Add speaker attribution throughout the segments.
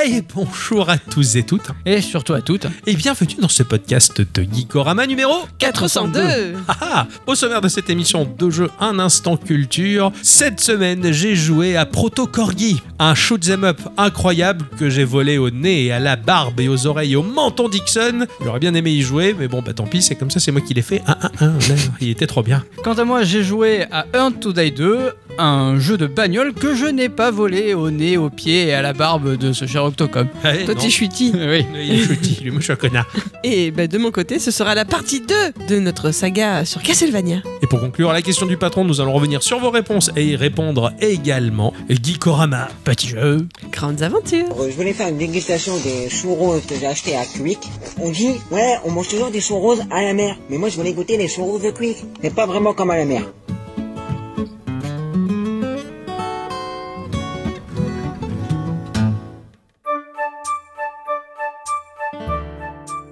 Speaker 1: Hey, bonjour à tous et toutes,
Speaker 2: Et surtout à toutes.
Speaker 1: et bienvenue dans ce podcast de Geekorama numéro
Speaker 3: Euh,
Speaker 2: 402.
Speaker 1: Ah ah Au sommaire de cette émission de jeu Un Instant Culture, cette semaine j'ai joué à Proto Corgi, un shoot'em up incroyable que j'ai volé au nez et à la barbe et aux oreilles et au menton Dixon. J'aurais bien aimé y jouer, mais bon bah tant pis, c'est comme ça, c'est moi qui l'ai fait. Ah, 1 1 1, il était trop bien.
Speaker 2: Quant à moi, j'ai joué à Earn to Die 2, un jeu de bagnole que je n'ai pas volé au nez, au pied et à la barbe de ce cher Octocom.
Speaker 1: Ouais, Eh,
Speaker 3: Toi,
Speaker 1: non.
Speaker 3: t'es chutis.
Speaker 2: Oui.
Speaker 1: Il est chutis, lui, moi je suis un connard.
Speaker 3: Et bah, de mon côté, ce sera la partie 2 de notre saga sur Castlevania.
Speaker 1: Et pour conclure la question du patron, nous allons revenir sur vos réponses et y répondre également. Geekorama,
Speaker 2: Petit jeu.
Speaker 3: Grandes aventures.
Speaker 4: Alors, Euh, je voulais faire une dégustation des choux roses que j'ai achetés à Quick. On dit, ouais, on mange toujours des choux roses à la mer. Mais moi, je voulais goûter les choux roses de Quick. Mais pas vraiment comme à la mer.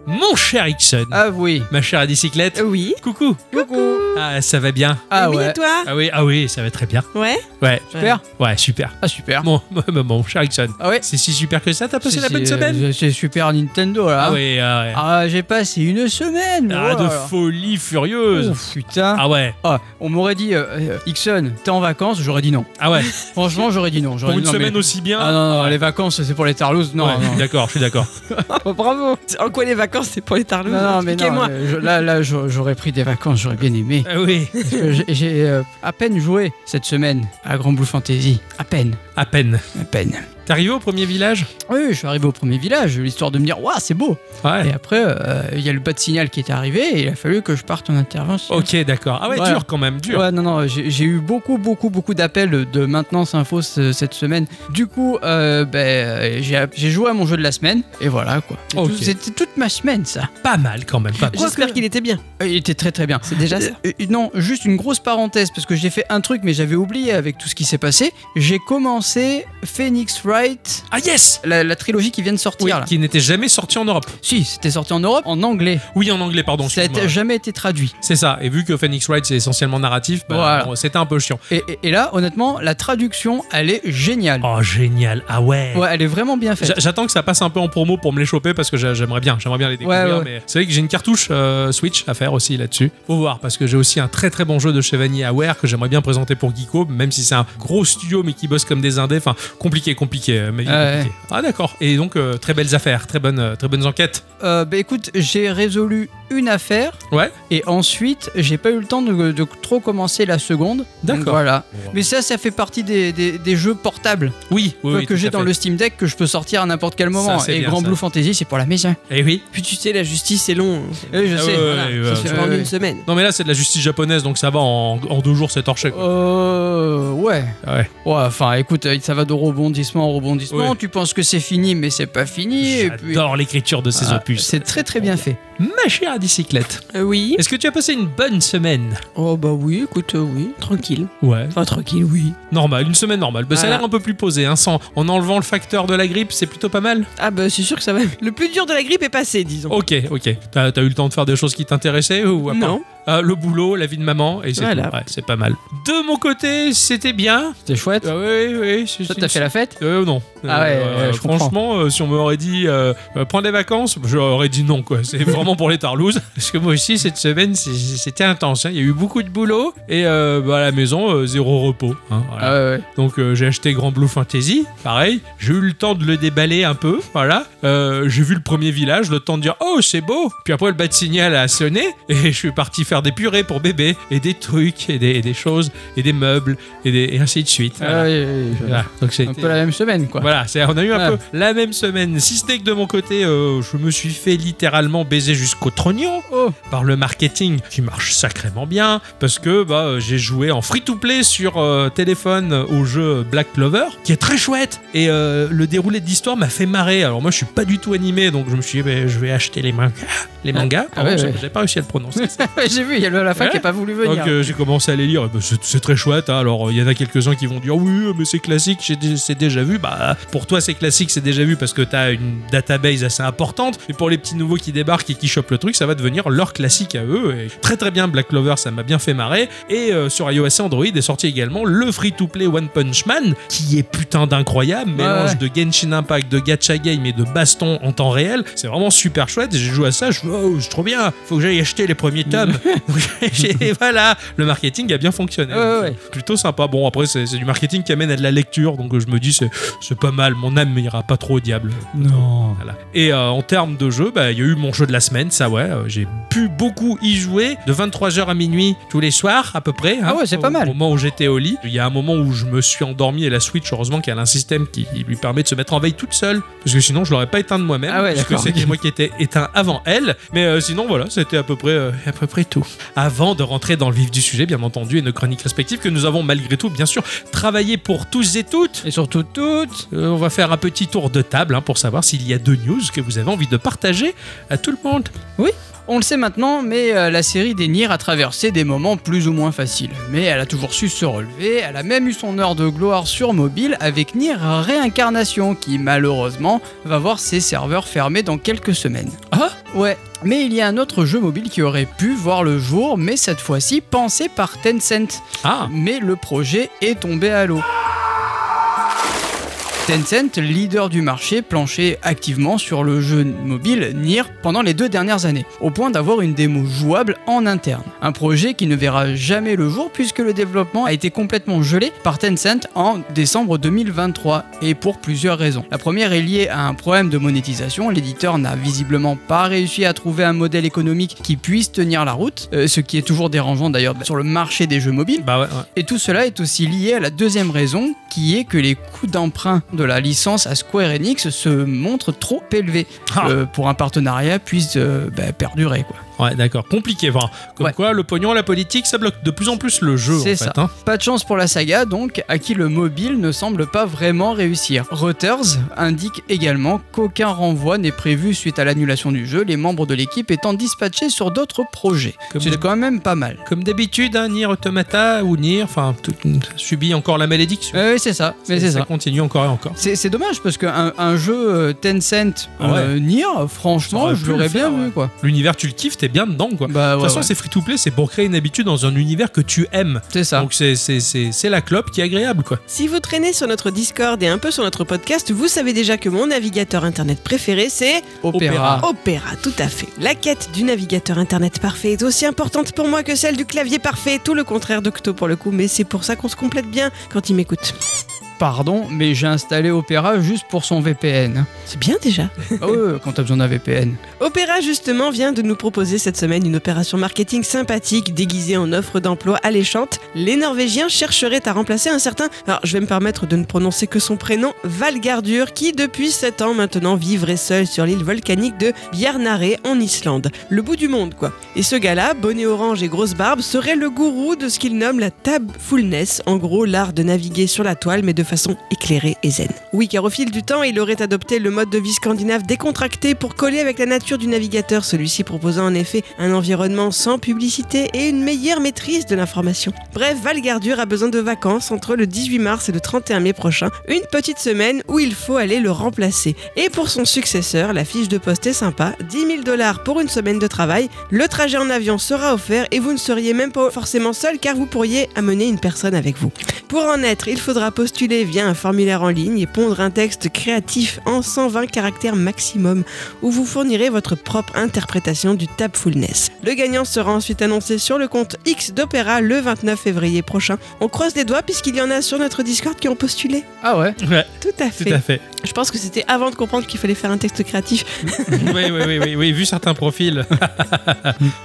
Speaker 1: mon cher Ixon,
Speaker 2: Ah oui.
Speaker 1: ma chère à bicyclette,
Speaker 3: Oui.
Speaker 1: coucou.
Speaker 3: Coucou.
Speaker 1: Ah, ça va bien.
Speaker 2: Ah
Speaker 3: oui,
Speaker 2: ouais.
Speaker 3: et toi
Speaker 1: Ah oui, ah oui, ça va très bien.
Speaker 3: Ouais.
Speaker 1: Ouais,
Speaker 2: Super.
Speaker 1: ouais, super.
Speaker 2: Ah super.
Speaker 1: Bon, bon, bon, cher Ixon,
Speaker 2: Ah ouais.
Speaker 1: c'est si super que ça, t'as passé
Speaker 2: C'est-
Speaker 1: la bonne
Speaker 2: c'est- euh,
Speaker 1: semaine
Speaker 2: c'est- C'est super Nintendo là.
Speaker 1: Ah oui, ah ouais.
Speaker 2: Ah, j'ai passé une semaine.
Speaker 1: Ah,
Speaker 2: voilà.
Speaker 1: de folie furieuse.
Speaker 2: Oh, putain.
Speaker 1: Ah ouais,
Speaker 2: Ah, on m'aurait dit, euh, euh, Ixon, t'es en vacances J'aurais dit non.
Speaker 1: ah ouais.
Speaker 2: Franchement, j'aurais dit non. J'aurais
Speaker 1: Pour une
Speaker 2: dit non, mais-
Speaker 1: semaine aussi bien.
Speaker 2: Ah non, non,
Speaker 1: Ouais.
Speaker 2: les vacances, c'est pour les tarlouses. Non,
Speaker 1: Ouais,
Speaker 2: non.
Speaker 1: D'accord, je suis d'accord.
Speaker 2: Oh, bravo.
Speaker 3: En quoi les vacances, c'est pour les tarlous
Speaker 2: Non, non, mais non,
Speaker 3: Mmh. Expliquez-moi.
Speaker 2: mais je- là, là, j'a- j'aurais pris des vacances, j'aurais bien aimé.
Speaker 1: Ah oui,
Speaker 2: Parce que j'ai- J'ai euh, à peine joué cette semaine à Grand Blue Fantasy. À peine,
Speaker 1: à peine.
Speaker 2: à peine.
Speaker 1: T'es arrivé au premier village
Speaker 2: Oui, je suis arrivé au premier village, l'histoire de me dire, waouh, c'est beau.
Speaker 1: Ouais.
Speaker 2: Et après, euh, il y a le bas de signal qui est arrivé et il a fallu que je parte en intervention.
Speaker 1: Ok, d'accord. Ah ouais,
Speaker 2: Voilà.
Speaker 1: dur quand même, dur.
Speaker 2: Ouais, non, non, j'ai j'ai eu beaucoup, beaucoup, beaucoup d'appels de maintenance info ce- cette semaine. Du coup, euh, ben, j'ai j'ai joué à mon jeu de la semaine et voilà quoi. C'est
Speaker 1: Ok.
Speaker 2: tout- C'était toute ma semaine ça.
Speaker 1: Pas mal quand même, pas mal.
Speaker 3: J'espère qu'il était bien.
Speaker 2: Euh, Il était très très bien.
Speaker 3: C'est déjà ça.
Speaker 2: Euh, euh, non, juste une grosse parenthèse parce que j'ai fait un truc mais j'avais oublié avec tout ce qui s'est passé. J'ai commencé Phoenix Wright,
Speaker 1: Ah yes
Speaker 2: la, la trilogie qui vient de sortir
Speaker 1: Oui,
Speaker 2: là.
Speaker 1: qui n'était jamais sorti en Europe.
Speaker 2: Si, c'était sorti en Europe en anglais.
Speaker 1: Oui, en anglais, pardon.
Speaker 2: ça
Speaker 1: excuse-moi.
Speaker 2: n'a jamais été traduit.
Speaker 1: C'est ça. Et vu que Phoenix Wright c'est essentiellement narratif, bah,
Speaker 2: Voilà.
Speaker 1: bon, c'était un peu chiant.
Speaker 2: Et, et- et là, honnêtement, la traduction, elle est géniale.
Speaker 1: Oh génial. Ah ouais.
Speaker 2: Ouais, elle est vraiment bien faite.
Speaker 1: J'a- J'attends que ça passe un peu en promo pour me les choper parce que j'a- j'aimerais bien, j'aimerais bien les découvrir.
Speaker 2: Ouais, ouais.
Speaker 1: Mais c'est vrai que j'ai une cartouche euh, Switch à faire aussi là-dessus. Faut voir parce que j'ai aussi un très très bon jeu de chez VanillaWare que j'aimerais bien présenter pour Geeko, même si c'est un gros studio mais qui bosse comme des indés. Enfin, compliqué, compliqué, euh, mais vie
Speaker 2: Ouais,
Speaker 1: compliquée. Ah d'accord. Et donc euh, très belles affaires, très bonnes, euh, très bonnes enquêtes.
Speaker 2: Euh, bah écoute, j'ai résolu une affaire.
Speaker 1: Ouais.
Speaker 2: Et ensuite, j'ai pas eu le temps de, de trop commencer la seconde. Donc
Speaker 1: D'accord.
Speaker 2: Voilà.
Speaker 1: Bon.
Speaker 2: Mais ça, ça fait partie des, des- des jeux portables
Speaker 1: Oui, oui,
Speaker 2: quoi,
Speaker 1: oui,
Speaker 2: que
Speaker 1: tout
Speaker 2: j'ai
Speaker 1: à
Speaker 2: dans
Speaker 1: fait.
Speaker 2: le Steam Deck que je peux sortir à n'importe quel moment.
Speaker 1: c'est
Speaker 2: Et
Speaker 1: bien,
Speaker 2: Grand
Speaker 1: ça.
Speaker 2: Blue Fantasy, c'est pour la maison.
Speaker 1: Eh oui.
Speaker 3: Puis tu sais, la justice, c'est long.
Speaker 2: Oui, je
Speaker 1: Ah
Speaker 2: sais.
Speaker 1: ouais,
Speaker 2: voilà.
Speaker 1: ouais, ouais,
Speaker 2: Ça,
Speaker 3: Je
Speaker 2: c'est-
Speaker 3: prends
Speaker 2: ouais,
Speaker 3: une semaine.
Speaker 1: Non mais là c'est de la justice japonaise donc ça va en, en deux jours c'est torché. quoi. Ah
Speaker 2: Euh, ouais.
Speaker 1: Ouais.
Speaker 2: Ouais, enfin, écoute, euh, ça va de rebondissement en rebondissement.
Speaker 1: Ouais.
Speaker 2: Tu penses que c'est fini, mais c'est pas fini. Et puis,
Speaker 1: J'adore l'écriture de ces
Speaker 2: Ah,
Speaker 1: opus.
Speaker 2: C'est très très bien fait.
Speaker 1: Ma chère bicyclette,
Speaker 3: Euh, oui.
Speaker 1: est-ce que tu as passé une bonne semaine
Speaker 3: Oh bah oui, écoute, euh, oui. Tranquille.
Speaker 1: Ouais.
Speaker 3: Enfin, tranquille, oui.
Speaker 1: Normal, une semaine normale. Bah, Ça a
Speaker 3: Voilà.
Speaker 1: l'air un peu plus posé, hein, sans, en enlevant le facteur de la grippe, c'est plutôt pas mal.
Speaker 3: Ah bah c'est sûr que ça va. Le plus dur de la grippe est passé, disons.
Speaker 1: Ok, ok. T'as t'as eu le temps de faire des choses qui t'intéressaient ou à part-
Speaker 3: non.
Speaker 1: Ah, Le boulot, la vie de maman, et c'est
Speaker 3: Voilà.
Speaker 1: tout. Ouais, c'est pas mal. De mon côté, c'était bien.
Speaker 2: C'était chouette.
Speaker 1: Ah oui, oui. c'est-
Speaker 2: Toi,
Speaker 1: c'est-
Speaker 2: t'as fait la fête
Speaker 1: Euh, non.
Speaker 2: Ah ouais, ouais, je comprends.
Speaker 1: franchement, euh, si on m'aurait dit euh, euh, prends des vacances, j'aurais dit non quoi. C'est vraiment pour les tarlouses. Parce que moi aussi cette semaine c'est- c'était intense. hein. Il y a eu beaucoup de boulot et euh, bah, à la maison euh, zéro repos. hein, voilà.
Speaker 2: Ah ouais, ouais.
Speaker 1: Donc euh, j'ai acheté Grand Blue Fantasy, pareil. J'ai eu le temps de le déballer un peu, voilà. Euh, j'ai vu le premier village, le temps de dire oh c'est beau. Puis après le bas de signal a sonné et je suis parti faire des purées pour bébé et des trucs et des, et des choses et des meubles et, des, et ainsi de suite.
Speaker 2: Ah
Speaker 1: Voilà.
Speaker 2: ouais, ouais, ouais, je-
Speaker 1: Voilà. Donc c'est
Speaker 2: un peu la même semaine, quoi.
Speaker 1: voilà, c'est- on a eu un
Speaker 2: Ouais.
Speaker 1: peu la même semaine. Si ce n'est que de mon côté, euh, je me suis fait littéralement baiser jusqu'au trognon
Speaker 2: Oh,
Speaker 1: par le marketing qui marche sacrément bien parce que bah, euh, j'ai joué en free-to-play sur euh, téléphone euh, au jeu Black Clover qui est très chouette et euh, le déroulé de l'histoire m'a fait marrer. Alors moi je suis pas du tout animé donc je me suis dit bah, je vais acheter les mangas. Les mangas, pardon,
Speaker 2: Ah. ouais,
Speaker 1: j'ai
Speaker 2: ouais.
Speaker 1: j'ai pas réussi à le prononcer.
Speaker 2: j'ai vu, il y a le à la fin
Speaker 1: Ouais.
Speaker 2: qui a pas voulu venir.
Speaker 1: Donc euh, j'ai commencé à les lire, Et ben, c'est c'est très chouette. hein. Alors il y en a quelques-uns qui vont dire oui, mais c'est classique, j'ai dé- c'est déjà vu. Bah pour toi c'est classique, c'est déjà vu parce que t'as une database assez importante. Mais pour les petits nouveaux qui débarquent et qui qui chopent le truc, ça va devenir leur classique à eux. Et très très bien, Black Clover, ça m'a bien fait marrer. Et euh, sur iOS et Android est sorti également le free-to-play One Punch Man, qui est putain d'incroyable,
Speaker 2: Ouais,
Speaker 1: mélange
Speaker 2: ouais.
Speaker 1: de Genshin Impact, de gacha game et de baston en temps réel. C'est vraiment super chouette. J'ai joué à ça, je fais, oh, c'est trop bien, faut que j'aille acheter les premiers tomes. Donc, j'ai- voilà, le marketing a bien fonctionné.
Speaker 2: Ouais, ouais, ouais.
Speaker 1: Plutôt sympa. Bon, après, c'est c'est du marketing qui amène à de la lecture, donc euh, je me dis, c'est c'est pas mal. Mon âme ira pas trop au diable.
Speaker 2: Non.
Speaker 1: Voilà. Et euh, en termes de jeu, bah, il y a eu mon jeu de la semaine, ça ouais, euh, j'ai pu beaucoup y jouer, de 23h à minuit tous les soirs à peu près. hein,
Speaker 2: Ah ouais, c'est pas mal.
Speaker 1: Au moment où j'étais au lit, il y a un moment où je me suis endormi et la Switch, heureusement qu'elle a un système qui lui permet de se mettre en veille toute seule, parce que sinon je l'aurais pas éteint de moi-même,
Speaker 2: Ah ouais,
Speaker 1: parce que
Speaker 2: d'accord.
Speaker 1: c'était moi qui étais éteint avant elle. Mais euh, sinon voilà, c'était à peu près euh, à peu près tout. Avant de rentrer dans le vif du sujet, bien entendu, et nos chroniques respectives que nous avons malgré tout, bien sûr, travaillé pour tous et toutes.
Speaker 2: Et surtout toutes.
Speaker 1: Euh, on va faire un petit tour de table hein, pour savoir s'il y a deux news que vous avez envie de partager à tout le monde.
Speaker 2: On le sait maintenant, mais euh, la série des Nier a traversé des moments plus ou moins faciles. Mais elle a toujours su se relever, elle a même eu son heure de gloire sur mobile avec Nier Réincarnation, qui malheureusement va voir ses serveurs fermés dans quelques semaines.
Speaker 1: Ah
Speaker 2: Ouais. Mais il y a un autre jeu mobile qui aurait pu voir le jour, mais cette fois-ci pensé par Tencent.
Speaker 1: Ah
Speaker 2: mais le projet est tombé à l'eau. Tencent, leader du marché, planchait activement sur le jeu mobile Nier pendant les deux dernières années, au point d'avoir une démo jouable en interne. Un projet qui ne verra jamais le jour puisque le développement a été complètement gelé par Tencent en décembre 2023, et pour plusieurs raisons. La première est liée à un problème de monétisation, l'éditeur n'a visiblement pas réussi à trouver un modèle économique qui puisse tenir la route, euh, ce qui est toujours dérangeant d'ailleurs sur le marché des jeux mobiles.
Speaker 1: Bah ouais, ouais.
Speaker 2: Et tout cela est aussi lié à la deuxième raison, qui est que les coûts d'emprunt de la licence à Square Enix se montrent trop élevés
Speaker 1: Ah.
Speaker 2: euh, pour un partenariat puisse euh, bah, perdurer. Quoi.
Speaker 1: Ouais, d'accord. Compliqué, vraiment. Comme
Speaker 2: Ouais.
Speaker 1: quoi, le pognon, la politique, ça bloque de plus en plus le jeu, en
Speaker 2: C'est
Speaker 1: fait.
Speaker 2: ça.
Speaker 1: hein.
Speaker 2: Pas de chance pour la saga, donc, à qui le mobile ne semble pas vraiment réussir. Reuters indique également qu'aucun renvoi n'est prévu suite à l'annulation du jeu, les membres de l'équipe étant dispatchés sur d'autres projets.
Speaker 1: Comme
Speaker 2: C'est
Speaker 1: d'hab-
Speaker 2: quand même pas mal.
Speaker 1: Comme d'habitude, hein, Nier Automata ou Nier, enfin, tout- subit encore la malédiction.
Speaker 2: Euh, c'est ça, mais c'est ça.
Speaker 1: continue encore et encore.
Speaker 2: C'est c'est dommage parce qu'un un jeu euh, Tencent
Speaker 1: Ah ouais.
Speaker 2: euh, Nier,
Speaker 1: Ça aurait
Speaker 2: franchement,
Speaker 1: pu
Speaker 2: je
Speaker 1: le
Speaker 2: l'aurais bien
Speaker 1: faire, ouais.
Speaker 2: vu quoi.
Speaker 1: L'univers, tu le kiffes, t'es bien dedans, quoi.
Speaker 2: Bah,
Speaker 1: de
Speaker 2: ouais,
Speaker 1: toute façon,
Speaker 2: ouais.
Speaker 1: c'est free-to-play, c'est pour créer une habitude dans un univers que tu aimes.
Speaker 2: c'est ça.
Speaker 1: Donc c'est- c'est c'est- c'est la clope qui est agréable, quoi.
Speaker 3: Si vous traînez sur notre Discord et un peu sur notre podcast, vous savez déjà que mon navigateur internet préféré, c'est
Speaker 1: Opéra.
Speaker 2: Opéra.
Speaker 3: Opéra, tout à fait. La quête du navigateur internet parfait est aussi importante pour moi que celle du clavier parfait, tout le contraire d'Octo pour le coup, mais c'est pour ça qu'on se complète bien quand il m'écoute.
Speaker 2: Pardon, mais j'ai installé Opéra juste pour son VPN.
Speaker 3: C'est bien déjà.
Speaker 2: Ah ouais, quand t'as besoin d'un VPN.
Speaker 3: Opéra justement vient de nous proposer cette semaine une opération marketing sympathique déguisée en offre d'emploi alléchante. Les Norvégiens chercheraient à remplacer un certain, alors je vais me permettre de ne prononcer que son prénom, Valgardur, qui depuis 7 ans maintenant vivrait seul sur l'île volcanique de Bjarnarey en Islande. Le bout du monde quoi. Et ce gars-là, bonnet orange et grosse barbe, serait le gourou de ce qu'il nomme la tabfulness, en gros l'art de naviguer sur la toile mais de façon éclairée et zen. Oui, car au fil du temps, il aurait adopté le mode de vie scandinave décontracté pour coller avec la nature du navigateur, celui-ci proposant en effet un environnement sans publicité et une meilleure maîtrise de l'information. Bref, Valgardur a besoin de vacances entre le 18 mars et le 31 mai prochain, une petite semaine où il faut aller le remplacer. Et pour son successeur, la fiche de poste est sympa, 10 000 dollars pour une semaine de travail, le trajet en avion sera offert et vous ne seriez même pas forcément seul car vous pourriez amener une personne avec vous. Pour en être, il faudra postuler via un formulaire en ligne et pondre un texte créatif en 120 caractères maximum où vous fournirez votre propre interprétation du Tapfulness. Le gagnant sera ensuite annoncé sur le compte X d'Opéra le 29 février prochain. On croise les doigts puisqu'il y en a sur notre Discord qui ont postulé.
Speaker 2: Ah ouais
Speaker 1: Ouais,
Speaker 3: Tout à
Speaker 1: tout
Speaker 3: fait.
Speaker 1: à fait.
Speaker 3: Je pense que c'était avant de comprendre qu'il fallait faire un texte créatif.
Speaker 1: oui, oui, oui, oui, oui, vu certains profils.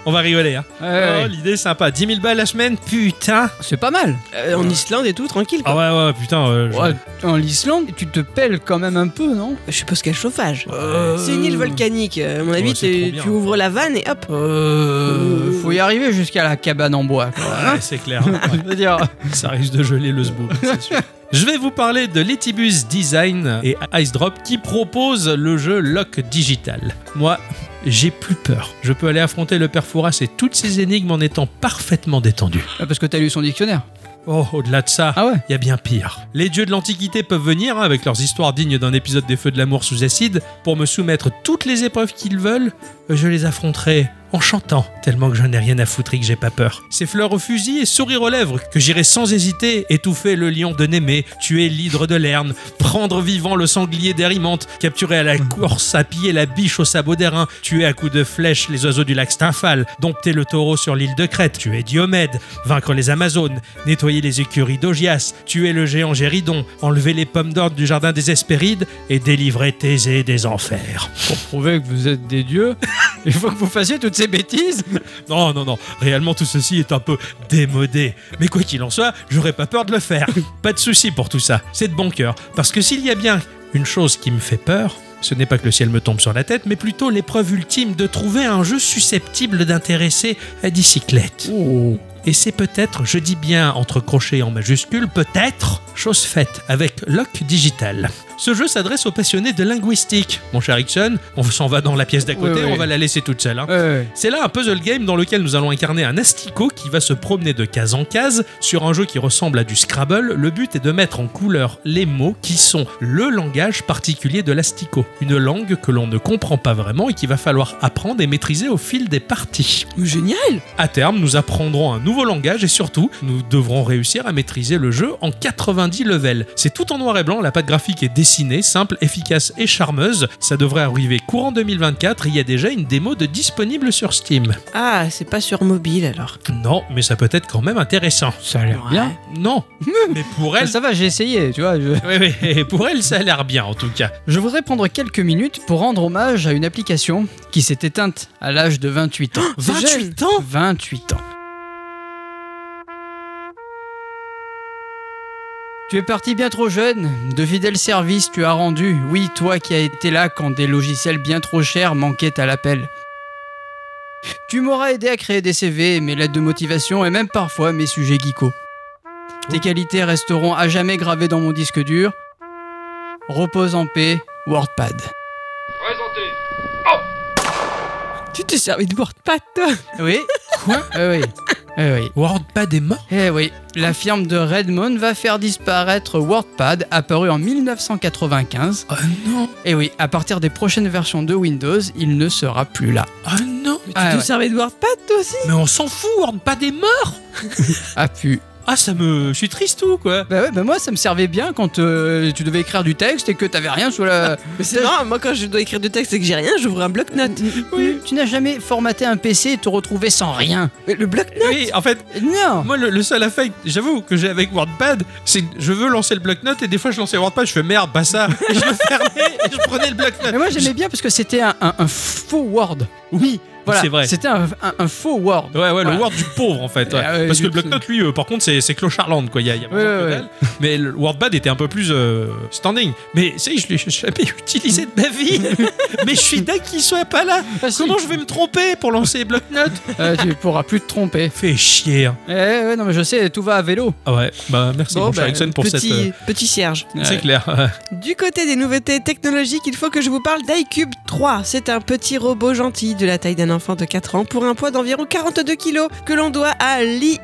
Speaker 1: On va rigoler, hein.
Speaker 2: Ouais,
Speaker 1: Oh,
Speaker 2: Ah ouais.
Speaker 1: l'idée est sympa. 10 000 balles la semaine, putain.
Speaker 2: C'est pas mal.
Speaker 3: Euh, en Islande et tout, tranquille. quoi.
Speaker 1: Ah ouais, ouais, putain. euh, je-
Speaker 2: Ouais, en Islande, tu te pèles quand même un peu, non
Speaker 3: Je suppose qu'il y a le chauffage.
Speaker 2: Euh,
Speaker 3: C'est une île volcanique. euh, À mon avis,
Speaker 1: Ouais, c'est
Speaker 3: tu-
Speaker 1: trop bien.
Speaker 3: tu ouvres la vanne et hop.
Speaker 2: Euh, faut y arriver jusqu'à la cabane en bois. quoi.
Speaker 1: Ouais, c'est clair. Ouais.
Speaker 2: Je veux dire,
Speaker 1: Ça risque de geler le sboum, c'est sûr. Je vais vous parler de Letibus Design et Ice Drop qui proposent le jeu Lock Digital. Moi, j'ai plus peur. Je peux aller affronter le Perforas et toutes ses énigmes en étant parfaitement détendu.
Speaker 2: parce que t'as lu son dictionnaire.
Speaker 1: Oh, au-delà de ça,
Speaker 2: Ah ouais
Speaker 1: il y a bien pire. Les dieux de l'Antiquité peuvent venir, hein, avec leurs histoires dignes d'un épisode des Feux de l'amour sous acide, pour me soumettre toutes les épreuves qu'ils veulent. Euh, Je les affronterai en chantant, tellement que j'en ai rien à foutre et que j'ai pas peur. C'est fleurs au fusil et sourire aux lèvres que j'irai sans hésiter étouffer le lion de Némée, tuer l'hydre de Lerne, prendre vivant le sanglier d'Erimante, capturer à la course à pied la biche au sabot d'airain, tuer à coups de flèche les oiseaux du lac Stymphale, dompter le taureau sur l'île de Crète, tuer Diomède, vaincre les Amazones, nettoyer les écuries d'Augias, tuer le géant Géridon, enlever les pommes d'or du jardin des Hespérides et délivrer Thésée des enfers.
Speaker 2: Pour prouver que vous êtes des dieux, il faut que vous fassiez toutes ces bêtises.
Speaker 1: Non, non, non, réellement tout ceci est un peu démodé. Mais quoi qu'il en soit, j'aurais pas peur de le faire. Pas de souci pour tout ça, c'est de bon cœur. Parce que s'il y a bien une chose qui me fait peur, ce n'est pas que le ciel me tombe sur la tête, mais plutôt l'épreuve ultime de trouver un jeu susceptible d'intéresser à bicyclette. Et c'est peut-être, je dis bien entre crochets en majuscule, peut-être, chose faite avec Lock Digital. Ce jeu s'adresse aux passionnés de linguistique. Mon cher Ixon, on s'en va dans la pièce d'à côté,
Speaker 2: Ouais, ouais.
Speaker 1: on va la laisser toute seule. hein.
Speaker 2: Ouais, ouais.
Speaker 1: C'est là un puzzle game dans lequel nous allons incarner un asticot qui va se promener de case en case sur un jeu qui ressemble à du Scrabble. Le but est de mettre en couleur les mots qui sont le langage particulier de l'asticot. Une langue que l'on ne comprend pas vraiment et qu'il va falloir apprendre et maîtriser au fil des parties.
Speaker 3: Génial
Speaker 1: À terme, nous apprendrons un nouveau langage et surtout, nous devrons réussir à maîtriser le jeu en 90 levels. C'est tout en noir et blanc, la patte graphique est dessinée, simple, efficace et charmeuse. Ça devrait arriver courant 2024, il y a déjà une démo de disponible sur Steam.
Speaker 3: Ah, c'est pas sur mobile alors.
Speaker 1: Non, mais ça peut être quand même intéressant.
Speaker 2: Ça a l'air
Speaker 3: Ouais.
Speaker 2: bien.
Speaker 1: Non, mais pour
Speaker 2: Bah,
Speaker 1: elle...
Speaker 2: ça va, j'ai essayé, tu vois. Je...
Speaker 1: Oui, oui, pour elle, ça a l'air bien en tout cas.
Speaker 2: je voudrais prendre quelques minutes pour rendre hommage à une application qui s'est éteinte à l'âge de 28 ans.
Speaker 3: 28 ans
Speaker 2: 28 ans. Tu es parti bien trop jeune, de fidèles services tu as rendu, oui toi qui as été là quand des logiciels bien trop chers manquaient à l'appel. Tu m'auras aidé à créer des CV, mes lettres de motivation et même parfois mes sujets geeko. Tes qualités resteront à jamais gravées dans mon disque dur. Repose en paix, WordPad.
Speaker 5: Présenté.
Speaker 3: Tu t'es servi de WordPad toi
Speaker 2: Oui Quoi Eh oui. Eh oui.
Speaker 1: WordPad est mort
Speaker 2: Eh oui, la firme de Redmond va faire disparaître WordPad, apparu en 1995.
Speaker 1: Oh non
Speaker 2: Eh oui, à partir des prochaines versions de Windows, il ne sera plus là.
Speaker 1: Oh non
Speaker 3: Mais tu
Speaker 2: Ah,
Speaker 3: te
Speaker 2: ouais.
Speaker 3: servais de WordPad toi aussi
Speaker 1: Mais on s'en fout, WordPad est mort
Speaker 2: Ah pu.
Speaker 1: Ah, ça me... Je suis triste ou quoi
Speaker 2: Bah ouais, bah moi ça me servait bien quand euh, tu devais écrire du texte et que t'avais rien sous la.
Speaker 3: Mais c'est marrant, moi quand je dois écrire du texte et que j'ai rien, j'ouvre un bloc-notes.
Speaker 2: Oui. Tu n'as jamais formaté un PC et te retrouvé sans rien.
Speaker 3: Mais le bloc-notes
Speaker 1: Oui, en fait,
Speaker 2: Non.
Speaker 1: Moi, le, le seul affect, j'avoue, que j'ai avec WordPad, c'est que je veux lancer le bloc-notes et des fois je lançais WordPad, je fais merde, bah ça. Et je le fermais et je prenais le bloc-notes.
Speaker 2: Mais moi j'aimais bien parce que c'était un, un- un faux Word.
Speaker 1: Oui,
Speaker 2: Voilà.
Speaker 1: c'est vrai.
Speaker 2: C'était un, un- un faux Word.
Speaker 1: Ouais, ouais, le
Speaker 2: Voilà.
Speaker 1: Word du pauvre en fait. ouais.
Speaker 2: Ah ouais,
Speaker 1: Parce que
Speaker 2: du
Speaker 1: le bloc-notes, lui, euh, par contre, c'est, c'est Clocharland quoi. Il y a, il y a
Speaker 2: Ouais,
Speaker 1: vraiment que
Speaker 2: ouais,
Speaker 1: dalle. Mais le WordPad était un peu plus euh, standing. Mais c'est, je l'ai jamais utilisé de ma vie. Mais je suis dingue qu'il soit pas là.
Speaker 2: Ah, si.
Speaker 1: Comment je vais me tromper pour lancer bloc-notes
Speaker 2: Euh, tu pourras plus te tromper.
Speaker 1: Fais chier. hein.
Speaker 2: Eh ouais, non mais je sais, tout va à vélo.
Speaker 1: Ah ouais, bah merci
Speaker 3: Bon,
Speaker 1: mon cher
Speaker 3: bah,
Speaker 1: Ixon, pour cette.
Speaker 3: petit,
Speaker 1: euh,
Speaker 3: petit Serge.
Speaker 1: C'est clair.
Speaker 3: Du côté des nouveautés technologiques, il faut que je vous parle d'iCube 3. C'est un petit robot gentil de la taille d'un enfant de 4 ans pour un poids d'environ 42 kg que l'on doit à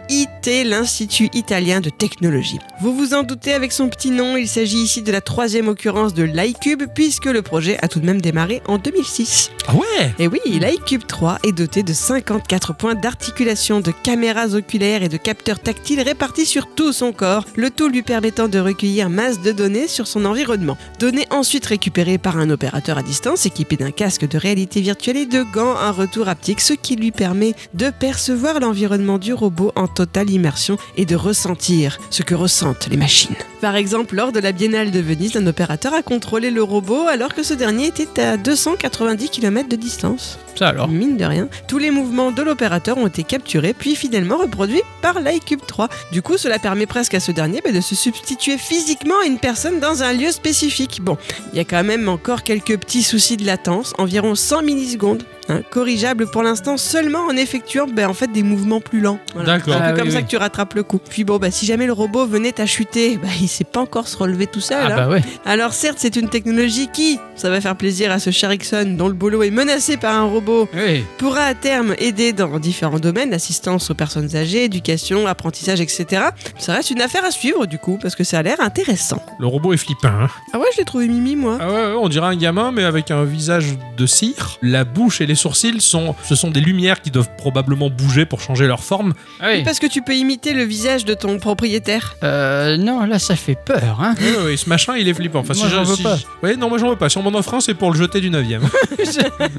Speaker 3: l'IIT, l'Institut italien de technologie. Vous vous en doutez avec son petit nom, il s'agit ici de la troisième occurrence de l'iCube puisque le projet a tout de même démarré en 2006.
Speaker 1: Ah ouais
Speaker 3: Et oui, l'iCube 3 est doté de 54 points d'articulation, de caméras oculaires et de capteurs tactiles répartis sur tout son corps, le tout lui permettant de recueillir masse de données sur son environnement. Données ensuite récupérées par un opérateur à distance équipé d'un casque de réalité virtuelle et de gants à retour haptique, ce qui lui permet de percevoir l'environnement du robot en totale immersion et de ressentir ce que ressentent les machines. Par exemple, lors de la Biennale de Venise, un opérateur a contrôlé le robot alors que ce dernier était à 290 km de distance.
Speaker 2: Ça alors.
Speaker 3: Mine de rien, tous les mouvements de l'opérateur ont été capturés puis finalement reproduits par l'iCube 3. Du coup, cela permet presque à ce dernier bah, de se substituer physiquement à une personne dans un lieu spécifique. Bon, il y a quand même encore quelques petits soucis de latence, environ 100 millisecondes. hein, corrigeable pour l'instant seulement en effectuant ben, en fait, des mouvements plus lents. Voilà.
Speaker 1: D'accord.
Speaker 3: C'est un peu
Speaker 2: Ah, oui,
Speaker 3: comme ça
Speaker 2: oui.
Speaker 3: que tu rattrapes le coup. Puis bon, bah, si jamais le robot venait à chuter, bah, il sait pas encore se relever tout seul.
Speaker 2: Ah
Speaker 3: hein.
Speaker 2: bah ouais.
Speaker 3: Alors certes, c'est une technologie qui, ça va faire plaisir à ce Sharikson dont le boulot est menacé par un robot,
Speaker 2: Oui.
Speaker 3: pourra à terme aider dans différents domaines, assistance aux personnes âgées, éducation, apprentissage, etc. Ça reste une affaire à suivre du coup, parce que ça a l'air intéressant.
Speaker 1: Le robot est flippant. hein.
Speaker 3: Ah ouais, je l'ai trouvé mimi moi.
Speaker 1: Ah ouais, ouais, on dirait un gamin, mais avec un visage de cire. La bouche et les sourcils sont, ce sont des lumières qui doivent probablement bouger pour changer leur forme.
Speaker 2: Ah oui.
Speaker 3: Parce que tu peux imiter le visage de ton propriétaire.
Speaker 2: Euh, non, là ça fait peur, hein.
Speaker 1: Oui, oui, ce machin, il est flippant. Enfin,
Speaker 2: Moi,
Speaker 1: si
Speaker 2: j'en
Speaker 1: je-
Speaker 2: veux
Speaker 1: si
Speaker 2: pas.
Speaker 1: je- Ouais, non, moi, j'en veux pas. Si on m'en offre un, c'est pour le jeter du 9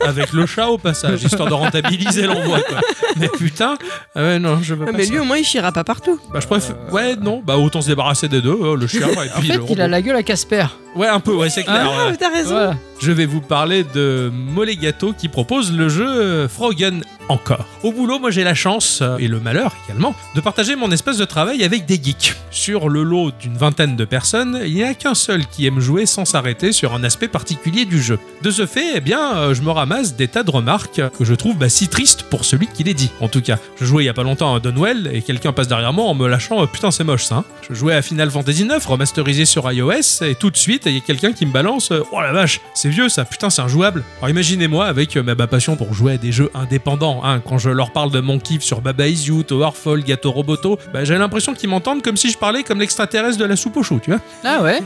Speaker 1: Avec le chat, au passage, histoire de rentabiliser l'envoi, quoi. Mais putain, ah ouais, non, je veux
Speaker 3: Ah,
Speaker 1: pas.
Speaker 3: mais
Speaker 1: ça.
Speaker 3: lui au moins il chira pas partout.
Speaker 1: Bah, je préfère. Ouais, non, bah, autant se débarrasser des deux, euh, le chien et
Speaker 2: euh, En
Speaker 1: puis
Speaker 2: fait,
Speaker 1: le
Speaker 2: il
Speaker 1: robot.
Speaker 2: a la gueule à Casper.
Speaker 1: Ouais, un peu, ouais, c'est clair.
Speaker 3: Ah,
Speaker 1: ouais.
Speaker 3: mais t'as raison.
Speaker 2: Voilà.
Speaker 1: Je vais vous parler de Molegato qui propose le jeu Froggen encore. Au boulot, moi j'ai la chance, euh, et le malheur également, de partager mon espace de travail avec des geeks. Sur le lot d'une vingtaine de personnes, il n'y a qu'un seul qui aime jouer sans s'arrêter sur un aspect particulier du jeu. De ce fait, eh bien, euh, je me ramasse des tas de remarques que je trouve bah, si tristes pour celui qui les dit. En tout cas, je jouais il y a pas longtemps à Dunwell et quelqu'un passe derrière moi en me lâchant euh, Putain, c'est moche ça. hein. Je jouais à Final Fantasy IX, remasterisé sur iOS, et tout de suite, il y a quelqu'un qui me balance euh, Oh la vache, c'est vieux ça, putain, c'est injouable. Alors imaginez-moi, avec euh, ma ma passion pour jouer à des jeux indépendants, hein, quand je leur parle de mon kiff sur Baba Is You, Towerfall, Gato Roboto, bah, j'ai l'impression qu'ils m'entendent comme si je parlais comme l'extraterrestre de la soupe au chou, tu vois.
Speaker 2: Ah ouais.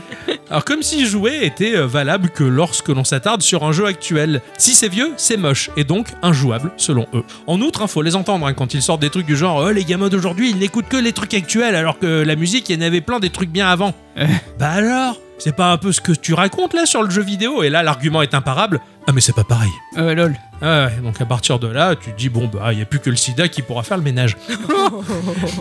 Speaker 1: Alors comme si jouer était euh, valable que lorsque l'on s'attarde sur un jeu actuel. Si c'est vieux, c'est moche et donc injouable selon eux. En outre, il faut les entendre hein, quand ils sortent des trucs du genre Oh, les gamins d'aujourd'hui, ils n'écoutent que les trucs actuels alors que la musique, il y en avait plein des trucs bien avant.
Speaker 2: Eh.
Speaker 1: Bah alors C'est pas un peu ce que tu racontes là sur le jeu vidéo Et là, l'argument est imparable. Ah mais c'est pas pareil.
Speaker 2: Euh, lol.
Speaker 1: Ah ouais, donc à partir de là, tu te dis bon bah il y a plus que le sida qui pourra faire le ménage.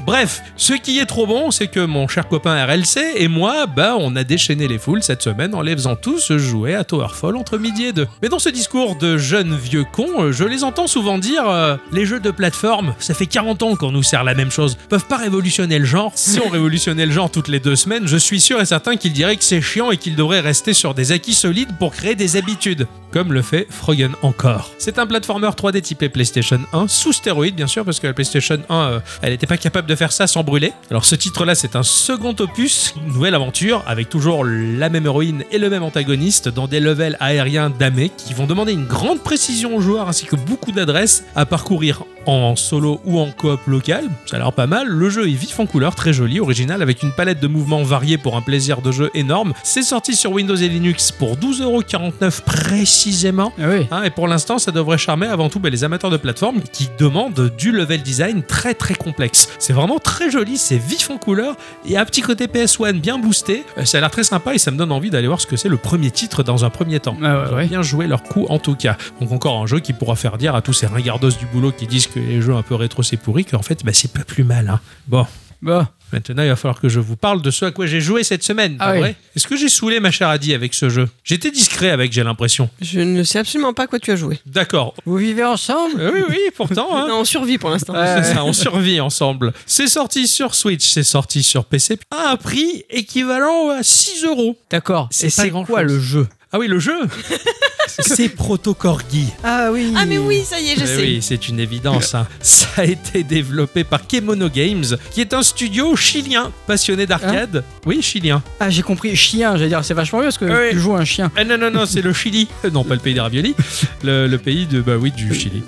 Speaker 1: Bref, ce qui est trop bon, c'est que mon cher copain RLC et moi, bah on a déchaîné les foules cette semaine en les faisant tous jouer à Towerfall entre midi et deux. Mais dans ce discours de jeune vieux con, euh, je les entends souvent dire euh, les jeux de plateforme, ça fait 40 ans qu'on nous sert la même chose, peuvent pas révolutionner le genre. Si on révolutionnait le genre toutes les deux semaines, je suis sûr et certain qu'ils diraient que c'est chiant et qu'ils devraient rester sur des acquis solides pour créer des habitudes comme le fait Froggen encore. C'est un platformer 3D typé PlayStation 1, sous stéroïde bien sûr, parce que la PlayStation 1, euh, elle n'était pas capable de faire ça sans brûler. Alors ce titre-là, c'est un second opus, une nouvelle aventure, avec toujours la même héroïne et le même antagoniste, dans des levels aériens damés, qui vont demander une grande précision aux joueurs, ainsi que beaucoup d'adresses à parcourir en solo ou en coop local. Ça a l'air pas mal. Le jeu est vif en couleur, très joli, original, avec une palette de mouvements variés pour un plaisir de jeu énorme. C'est sorti sur Windows et Linux pour 12,49€ précisément.
Speaker 2: Ah oui.
Speaker 1: Hein, et pour l'instant, ça devrait charmer avant tout ben, les amateurs de plateforme qui demandent du level design très très complexe. C'est vraiment très joli, c'est vif en couleur et un petit côté PS1 bien boosté. Euh, Ça a l'air très sympa et ça me donne envie d'aller voir ce que c'est le premier titre dans un premier temps.
Speaker 2: Ah ouais,
Speaker 1: Ils ont
Speaker 2: ouais.
Speaker 1: bien joué leur coup en tout cas. Donc encore un jeu qui pourra faire dire à tous ces ringardos du boulot qui disent que les jeux un peu rétro c'est pourri qu'en fait bah, c'est pas plus mal. hein. Bon,
Speaker 2: Bon.
Speaker 1: maintenant il va falloir que je vous parle de ce à quoi j'ai joué cette semaine.
Speaker 2: Ah
Speaker 1: pas
Speaker 2: oui.
Speaker 1: vrai Est-ce que j'ai saoulé ma chère Adi avec ce jeu J'étais discret avec j'ai l'impression.
Speaker 3: Je ne sais absolument pas à quoi tu as joué.
Speaker 1: D'accord.
Speaker 2: Vous vivez ensemble
Speaker 1: Euh, Oui oui pourtant. hein.
Speaker 3: Non, on survit pour l'instant.
Speaker 2: Ouais.
Speaker 1: C'est ça, on survit ensemble. C'est sorti sur Switch, c'est sorti sur PC à un prix équivalent à 6 euros.
Speaker 2: D'accord.
Speaker 1: C'est
Speaker 2: Et
Speaker 1: pas
Speaker 2: c'est
Speaker 1: grand-chose.
Speaker 2: quoi le jeu
Speaker 1: Ah oui, le jeu C'est Protocorgi.
Speaker 2: Ah oui.
Speaker 3: Ah mais oui, ça y est, je
Speaker 1: Eh
Speaker 3: sais.
Speaker 1: oui, c'est une évidence. hein. Ça a été développé par Kemono Games, qui est un studio chilien passionné d'arcade. oui, chilien.
Speaker 2: Ah j'ai compris. Chien, j'allais dire. C'est vachement mieux parce que
Speaker 1: Oui.
Speaker 2: tu joues un chien.
Speaker 1: Ah non, non, non, c'est le Chili. Euh, Non, pas le pays des raviolis. Le, le pays de, bah oui, du Chili.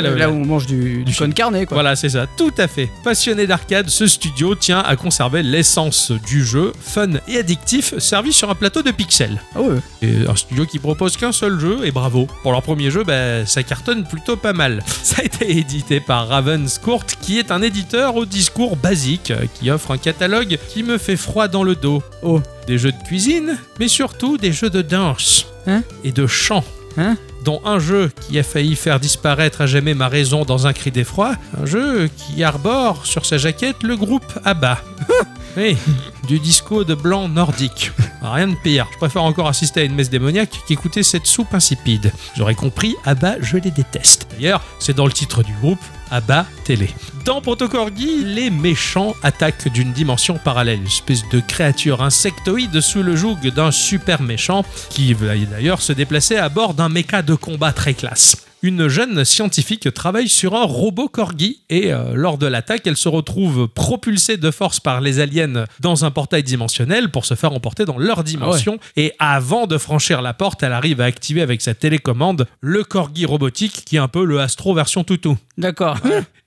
Speaker 1: Là,
Speaker 2: là
Speaker 1: ouais.
Speaker 2: où on mange du, du
Speaker 1: chien.
Speaker 2: con carnet quoi.
Speaker 1: Voilà, c'est ça, tout à fait. Passionné d'arcade, ce studio tient à conserver l'essence du jeu, fun et addictif, servi sur un plateau de pixels.
Speaker 2: Ah ouais.
Speaker 1: Et un studio qui propose qu'un seul jeu, et bravo. Pour leur premier jeu, bah, ça cartonne plutôt pas mal. Ça a été édité par Ravenscourt, qui est un éditeur au discours basique, euh, qui offre un catalogue qui me fait froid dans le dos.
Speaker 2: Oh.
Speaker 1: Des jeux de cuisine, mais surtout des jeux de danse
Speaker 2: Hein
Speaker 1: et de chant.
Speaker 2: Hein
Speaker 1: dont un jeu qui a failli faire disparaître à jamais ma raison dans un cri d'effroi, un jeu qui arbore sur sa jaquette le groupe ABBA. oui, du disco de blanc nordique. Ah, Rien de pire. Je préfère encore assister à une messe démoniaque qu'écouter cette soupe insipide. J'aurais compris, Abba, je les déteste. D'ailleurs, c'est dans le titre du groupe, Abba Télé. Dans Protocorgi, les méchants attaquent d'une dimension parallèle, une espèce de créature insectoïde sous le joug d'un super méchant qui va d'ailleurs se déplacer à bord d'un méca de combat très classe. une jeune scientifique travaille sur un robot corgi et euh, lors de l'attaque, elle se retrouve propulsée de force par les aliens dans un portail dimensionnel pour se faire emporter dans leur dimension. Et avant de franchir la porte, elle arrive à activer avec sa télécommande le corgi robotique qui est un peu le Astro version toutou.
Speaker 2: D'accord.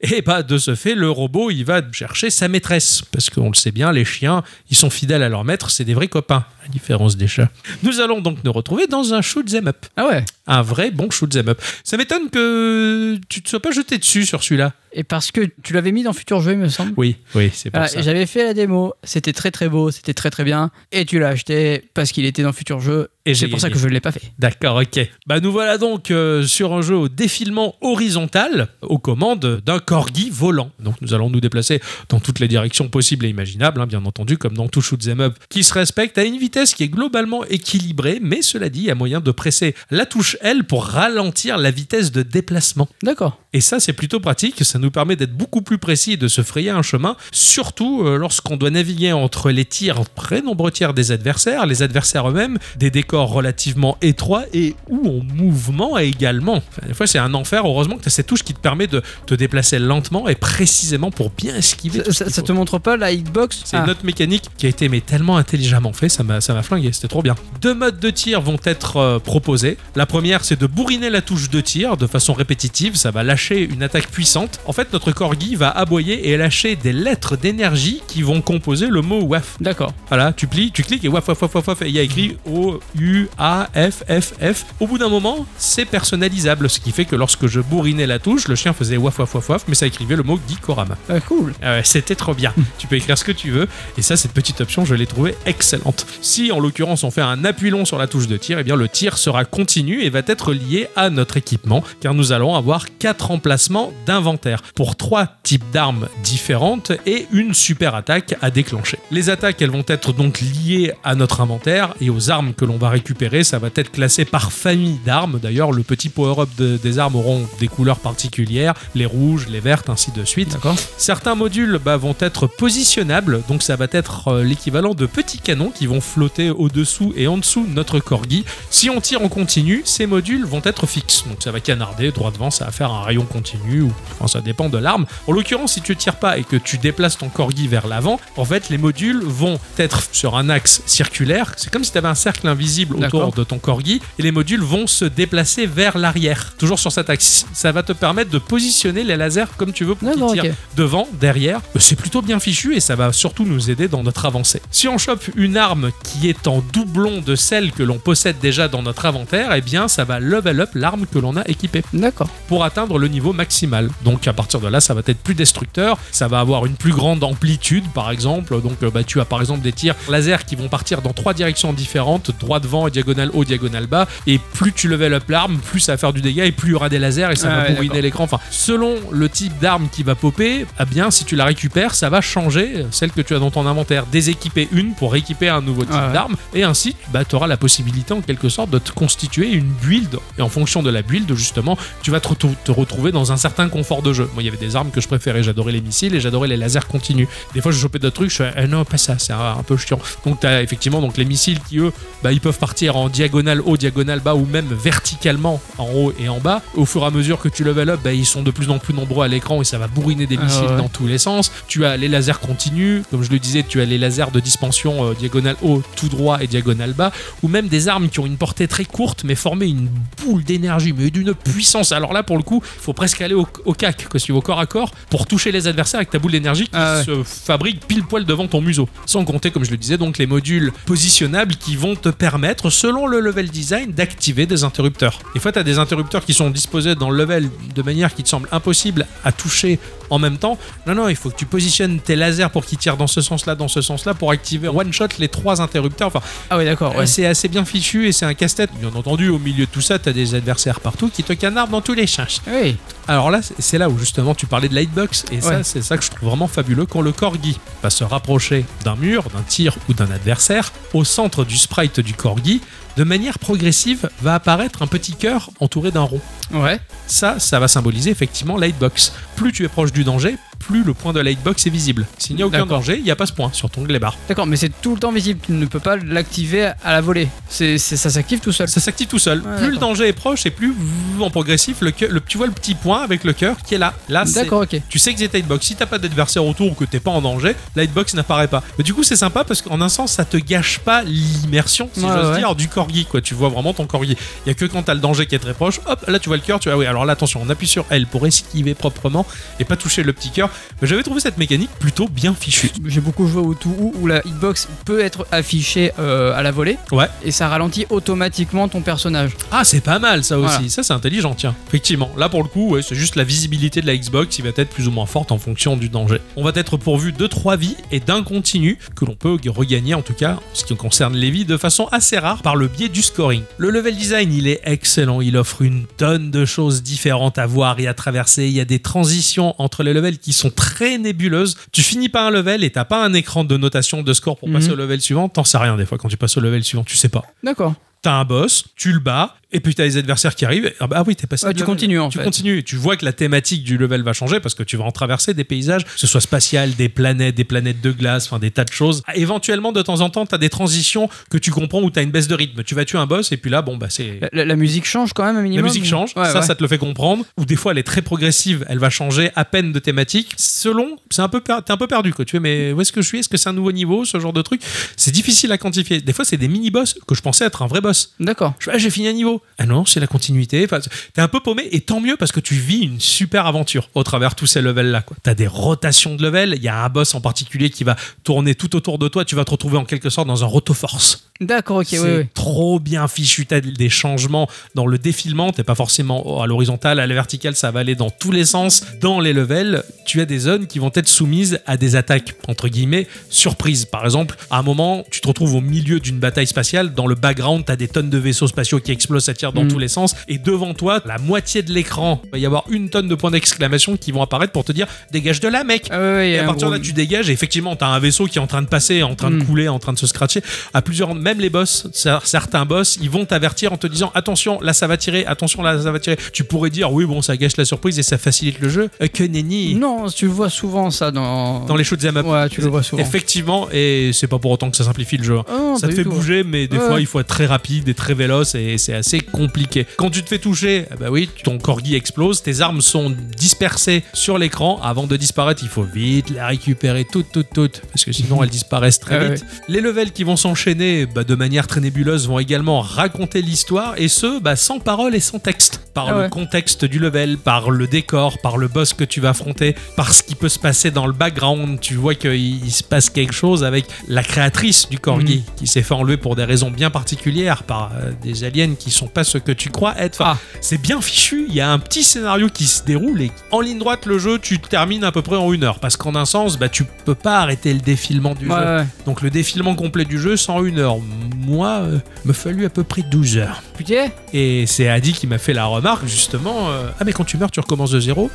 Speaker 1: Et bah de ce fait, le robot, il va chercher sa maîtresse. Parce qu'on le sait bien, les chiens, ils sont fidèles à leur maître, c'est des vrais copains, à la différence des chats. Nous allons donc nous retrouver dans un shoot 'em up.
Speaker 2: ah ouais.
Speaker 1: Un vrai bon shoot 'em up. Ça m'étonne que tu te sois pas jeté dessus sur celui-là.
Speaker 2: Et parce que tu l'avais mis dans Futur Jeu, il me semble.
Speaker 1: Oui, oui, c'est pour
Speaker 2: Voilà,
Speaker 1: ça.
Speaker 2: et Euh, J'avais fait la démo, c'était très très beau, c'était très très bien, et tu l'as acheté parce qu'il était dans Futur Jeu,
Speaker 1: Et
Speaker 2: et
Speaker 1: j'ai
Speaker 2: c'est pour ça
Speaker 1: gagné.
Speaker 2: que je ne l'ai pas fait.
Speaker 1: D'accord, ok. Bah nous voilà donc euh, sur un jeu au défilement horizontal aux commandes d'un corgi volant. Donc nous allons nous déplacer dans toutes les directions possibles et imaginables, hein, bien entendu, comme dans tout shoot'em up, qui se respecte à une vitesse qui est globalement équilibrée, mais cela dit, il y a moyen de presser la touche L pour ralentir la vitesse de déplacement.
Speaker 2: D'accord.
Speaker 1: Et ça, c'est plutôt pratique, ça nous permet d'être beaucoup plus précis et de se frayer un chemin, surtout euh, lorsqu'on doit naviguer entre les tirs, très nombreux tirs des adversaires, les adversaires eux-mêmes, des décors relativement étroits et où on mouvement également. Enfin, des fois, c'est un enfer, heureusement que tu as cette touche qui te permet de te déplacer lentement et précisément pour bien esquiver.
Speaker 2: Ça,
Speaker 1: tout ce
Speaker 2: ça-
Speaker 1: qu'il
Speaker 2: ça
Speaker 1: faut.
Speaker 2: te montre pas la hitbox
Speaker 1: C'est
Speaker 2: Ah,
Speaker 1: une autre mécanique qui a été mais tellement intelligemment fait, ça m'a ça m'a flingué, c'était trop bien. Deux modes de tir vont être euh, proposés. La première, c'est de bourriner la touche de tir de façon répétitive, ça va lâcher une attaque puissante. En fait, notre corgi va aboyer et lâcher des lettres d'énergie qui vont composer le mot WAF.
Speaker 2: D'accord.
Speaker 1: Voilà, tu plies, tu cliques et waf waf waf waf waf, et il y a écrit O U A F F F. Au bout d'un moment, c'est personnalisable, ce qui fait que lorsque je bourrinais la touche, le chien faisait waf waf waf waf, mais ça écrivait le mot Gikorama.
Speaker 2: Ah, cool.
Speaker 1: Ah ouais, c'était trop bien. tu peux écrire ce que tu veux. Et ça, cette petite option, je l'ai trouvée excellente. Si, en l'occurrence, on fait un appui long sur la touche de tir, eh bien, le tir sera continu et va être lié à notre équipement, car nous allons avoir quatre emplacements d'inventaire pour trois types d'armes différentes et une super attaque à déclencher. Les attaques, elles vont être donc liées à notre inventaire et aux armes que l'on va récupérer. Ça va être classé par famille d'armes. D'ailleurs, le petit power-up de- des armes auront des couleurs particulières, les rouges, les vertes, ainsi de suite.
Speaker 2: D'accord.
Speaker 1: Certains modules bah, vont être positionnables, donc ça va être euh, l'équivalent de petits canons qui vont flotter au-dessous et en dessous de notre corgi. Si on tire en continu, ces modules vont être fixes, donc ça va canarder droit devant, ça va faire un rayon continu, ou enfin, ça dépend de l'arme. En l'occurrence, si tu tires pas et que tu déplaces ton corgi vers l'avant, en fait les modules vont être sur un axe circulaire, c'est comme si tu avais un cercle invisible autour
Speaker 2: D'accord.
Speaker 1: de ton corgi, et les modules vont se déplacer vers l'arrière, toujours sur cet axe. Ça va te permettre de positionner les lasers comme tu veux pour qu'ils
Speaker 2: D'accord,
Speaker 1: tirent
Speaker 2: ok.
Speaker 1: devant, derrière. Euh, C'est plutôt bien fichu et ça va surtout nous aider dans notre avancée. Si on chope une arme qui est en doublon de celle que l'on possède déjà dans notre inventaire, eh bien ça va level up l'arme que l'on a équipée
Speaker 2: D'accord.
Speaker 1: pour atteindre le niveau maximal. Donc à partir de là, ça va être plus destructeur, ça va avoir une plus grande amplitude par exemple. Donc euh, bah, tu as par exemple des tirs laser qui vont partir dans trois directions différentes, droit devant, diagonale haut, diagonale bas. Et plus tu level up l'arme, plus ça va faire du dégât et plus il y aura des lasers et ça
Speaker 2: Ah
Speaker 1: va
Speaker 2: ouais,
Speaker 1: bourriner
Speaker 2: d'accord.
Speaker 1: l'écran. Enfin, selon le type d'arme qui va popper, ah bien si tu la récupères, ça va changer celle que tu as dans ton inventaire. Déséquiper une pour rééquiper un nouveau type
Speaker 2: Ah ouais.
Speaker 1: d'arme et ainsi bah, tu auras la possibilité en quelque sorte de te constituer une build. Et en fonction de la build, justement, tu vas te, retou- te retrouver dans un certain confort de jeu. Moi, il y avait des armes que je préférais. J'adorais les missiles et j'adorais les lasers continus. Des fois, je chopais d'autres trucs. Je fais, Ah non, pas ça, c'est un, un peu chiant. Donc, tu as effectivement donc, les missiles qui, eux, bah, ils peuvent partir en diagonale haut, diagonale bas ou même verticalement en haut et en bas. Au fur et à mesure que tu level up, bah, ils sont de plus en plus nombreux à l'écran et ça va bourriner des
Speaker 2: Ah
Speaker 1: missiles
Speaker 2: ouais.
Speaker 1: dans tous les sens. Tu as les lasers continus. Comme je le disais, tu as les lasers de dispension euh, diagonale haut, tout droit et diagonale bas ou même des armes qui ont une portée très courte mais former une boule d'énergie mais d'une puissance alors là pour le coup faut presque aller au, au cac que si au corps à corps pour toucher les adversaires avec ta boule d'énergie qui
Speaker 2: Ah ouais.
Speaker 1: se fabrique pile poil devant ton museau sans compter comme je le disais donc les modules positionnables qui vont te permettre selon le level design d'activer des interrupteurs des fois t'as des interrupteurs qui sont disposés dans le level de manière qui te semble impossible à toucher en même temps non non il faut que tu positionnes tes lasers pour qu'ils tirent dans ce sens là dans ce sens là pour activer one shot les trois interrupteurs enfin
Speaker 2: Ah oui, d'accord.
Speaker 1: Ouais,
Speaker 2: ouais.
Speaker 1: c'est assez bien fichu et c'est un casse-tête. Bien entendu, au milieu de tout ça, t'as des adversaires partout qui te canardent dans tous les sens.
Speaker 2: Oui.
Speaker 1: Alors là, c'est- c'est là où justement tu parlais de lightbox et ça,
Speaker 2: Ouais.
Speaker 1: c'est ça que je trouve vraiment fabuleux quand le corgi va se rapprocher d'un mur, d'un tir ou d'un adversaire, au centre du sprite du corgi, de manière progressive, va apparaître un petit cœur entouré d'un rond.
Speaker 2: Ouais.
Speaker 1: Ça, ça va symboliser effectivement Lightbox. Plus tu es proche du danger, plus le point de la hitbox est visible. S'il n'y a aucun
Speaker 2: D'accord.
Speaker 1: danger, il n'y a pas ce point sur ton bar.
Speaker 2: D'accord, mais c'est tout le temps visible. Tu ne peux pas l'activer à la volée. C'est, c'est- ça s'active tout seul.
Speaker 1: Ça s'active tout seul.
Speaker 2: Ouais,
Speaker 1: plus le
Speaker 2: d'accord.
Speaker 1: danger est proche et plus en progressif, le cœur- le, tu vois le petit point avec le cœur qui est là. Là, c'est
Speaker 2: D'accord, ok.
Speaker 1: Tu sais que c'est ta hitbox. Si t'as pas d'adversaire autour ou que t'es pas en danger, la hitbox n'apparaît pas. Mais du coup, c'est sympa parce qu'en un sens, ça te gâche pas l'immersion, si
Speaker 2: Ouais,
Speaker 1: j'ose
Speaker 2: ouais.
Speaker 1: dire, du corgi. Quoi. Tu vois vraiment ton corgi. Il y a que quand t'as le danger qui est très proche, hop, là tu vois le cœur. Tu vois, ah oui, alors là, attention, on appuie sur L pour esquiver proprement et pas toucher le petit cœur. Mais j'avais trouvé cette mécanique plutôt bien fichue.
Speaker 2: J'ai beaucoup joué au tout où, où la hitbox peut être affichée euh, à la volée.
Speaker 1: Ouais.
Speaker 2: Et ça ralentit automatiquement ton personnage.
Speaker 1: Ah, c'est pas mal ça aussi.
Speaker 2: Voilà.
Speaker 1: Ça, c'est intelligent, tiens. Effectivement. Là, pour le coup, ouais, c'est juste la visibilité de la Xbox qui va être plus ou moins forte en fonction du danger. On va être pourvu de trois vies et d'un continu que l'on peut regagner, en tout cas, en ce qui concerne les vies, de façon assez rare par le biais du scoring. Le level design, il est excellent. Il offre une tonne de choses différentes à voir et à traverser. Il y a des transitions entre les levels qui sont très nébuleuses. Tu finis pas un level et t'as pas un écran de notation de score pour
Speaker 2: Mhm.
Speaker 1: passer au level suivant. T'en sais rien des fois quand tu passes au level suivant. Tu sais pas
Speaker 2: D'accord.
Speaker 1: t'as un boss, tu le bats, et puis t'as les adversaires qui arrivent. et- Ah, bah ah oui, t'es passé.
Speaker 2: Ouais,
Speaker 1: de
Speaker 2: tu
Speaker 1: level.
Speaker 2: continues, en
Speaker 1: Tu
Speaker 2: fait.
Speaker 1: continues. et Tu vois que la thématique du level va changer parce que tu vas en traverser des paysages, que ce soit spatial, des planètes, des planètes de glace, enfin des tas de choses. Ah, Éventuellement, de temps en temps, t'as des transitions que tu comprends où t'as une baisse de rythme. Tu vas tuer un boss, et puis là, bon, bah c'est.
Speaker 2: La, la- la musique change quand même un
Speaker 1: La
Speaker 2: minimum.
Speaker 1: musique change,
Speaker 2: Ouais,
Speaker 1: ça,
Speaker 2: ouais.
Speaker 1: ça te le fait comprendre. Ou des fois, elle est très progressive, elle va changer à peine de thématique. Selon, c'est un peu, per- t'es un peu perdu, quoi. Tu fais, mais où est-ce que je suis Est-ce que c'est un nouveau niveau Ce genre de truc. C'est difficile à quantifier. Des fois, c'est des mini-boss que je pensais être un vrai boss.
Speaker 2: D'accord.
Speaker 1: Je fais, ah, j'ai fini un niveau. Ah non, c'est la continuité. Enfin, t'es un peu paumé et tant mieux parce que tu vis une super aventure au travers tous ces levels-là. quoi. T'as des rotations de levels. Il y a un boss en particulier qui va tourner tout autour de toi. Tu vas te retrouver en quelque sorte dans un rotoforce.
Speaker 2: D'accord, ok, oui,
Speaker 1: c'est
Speaker 2: oui.
Speaker 1: trop bien fichu. T'as des changements dans le défilement. T'es pas forcément à l'horizontale, à la verticale. Ça va aller dans tous les sens. Dans les levels, tu as des zones qui vont être soumises à des attaques, entre guillemets, surprises. Par exemple, à un moment, tu te retrouves au milieu d'une bataille spatiale. Dans le background, t'as des tonnes de vaisseaux spatiaux qui explosent, ça tire dans
Speaker 2: Mm.
Speaker 1: tous les sens. Et devant toi, la moitié de l'écran, il va y avoir une tonne de points d'exclamation qui vont apparaître pour te dire dégage de là, mec.
Speaker 2: Ah, ouais, ouais, il y
Speaker 1: Et
Speaker 2: a
Speaker 1: à
Speaker 2: un
Speaker 1: partir
Speaker 2: gros-
Speaker 1: de là, tu dégages et effectivement, t'as un vaisseau qui est en train de passer, en train de
Speaker 2: Mm.
Speaker 1: couler, en train de se scratcher. À plusieurs, même les boss, cer- certains boss, ils vont t'avertir en te disant attention, là ça va tirer, attention, là ça va tirer. Tu pourrais dire oui, bon, ça gâche la surprise et ça facilite le jeu. Euh, Que nenni
Speaker 2: Non, tu le vois souvent ça dans.
Speaker 1: dans les shoot'em up.
Speaker 2: Ouais, tu le vois souvent.
Speaker 1: Effectivement, et c'est pas pour autant que ça simplifie le jeu. hein.
Speaker 2: Ah non,
Speaker 1: Ça
Speaker 2: pas
Speaker 1: te
Speaker 2: du
Speaker 1: fait
Speaker 2: tout.
Speaker 1: bouger, mais des
Speaker 2: Ouais.
Speaker 1: fois il faut être très rapide et très véloce et c'est assez compliqué. Quand tu te fais toucher, eh ben oui, ton corgi explose, tes armes sont dispersées sur l'écran. Avant de disparaître, il faut vite la récupérer toutes, toutes, toutes, parce que sinon elles disparaissent très
Speaker 2: Ah ouais.
Speaker 1: vite. Les levels qui vont s'enchaîner bah, de manière très nébuleuse vont également raconter l'histoire et ce, bah, sans parole et sans texte. Par
Speaker 2: Ah
Speaker 1: le
Speaker 2: ouais.
Speaker 1: contexte du level, par le décor, par le boss que tu vas affronter, par ce qui peut se passer dans le background. Tu vois qu'il il se passe quelque chose avec la créatrice du Corgi qui s'est fait enlever pour des raisons bien particulières par euh, des aliens qui sont pas ce que tu crois être. Enfin, C'est bien fichu, il y a un petit scénario qui se déroule et en ligne droite, le jeu, tu termines à peu près en une heure parce qu'en un sens, bah, tu peux pas arrêter le défilement du
Speaker 2: Ouais,
Speaker 1: jeu.
Speaker 2: ouais.
Speaker 1: Donc le défilement complet du jeu, 101 heures. Moi, euh, me fallu à peu près 12 heures.
Speaker 2: Putain,
Speaker 1: Et c'est Adi qui m'a fait la remarque, justement. euh, ah, mais quand tu meurs, tu recommences de zéro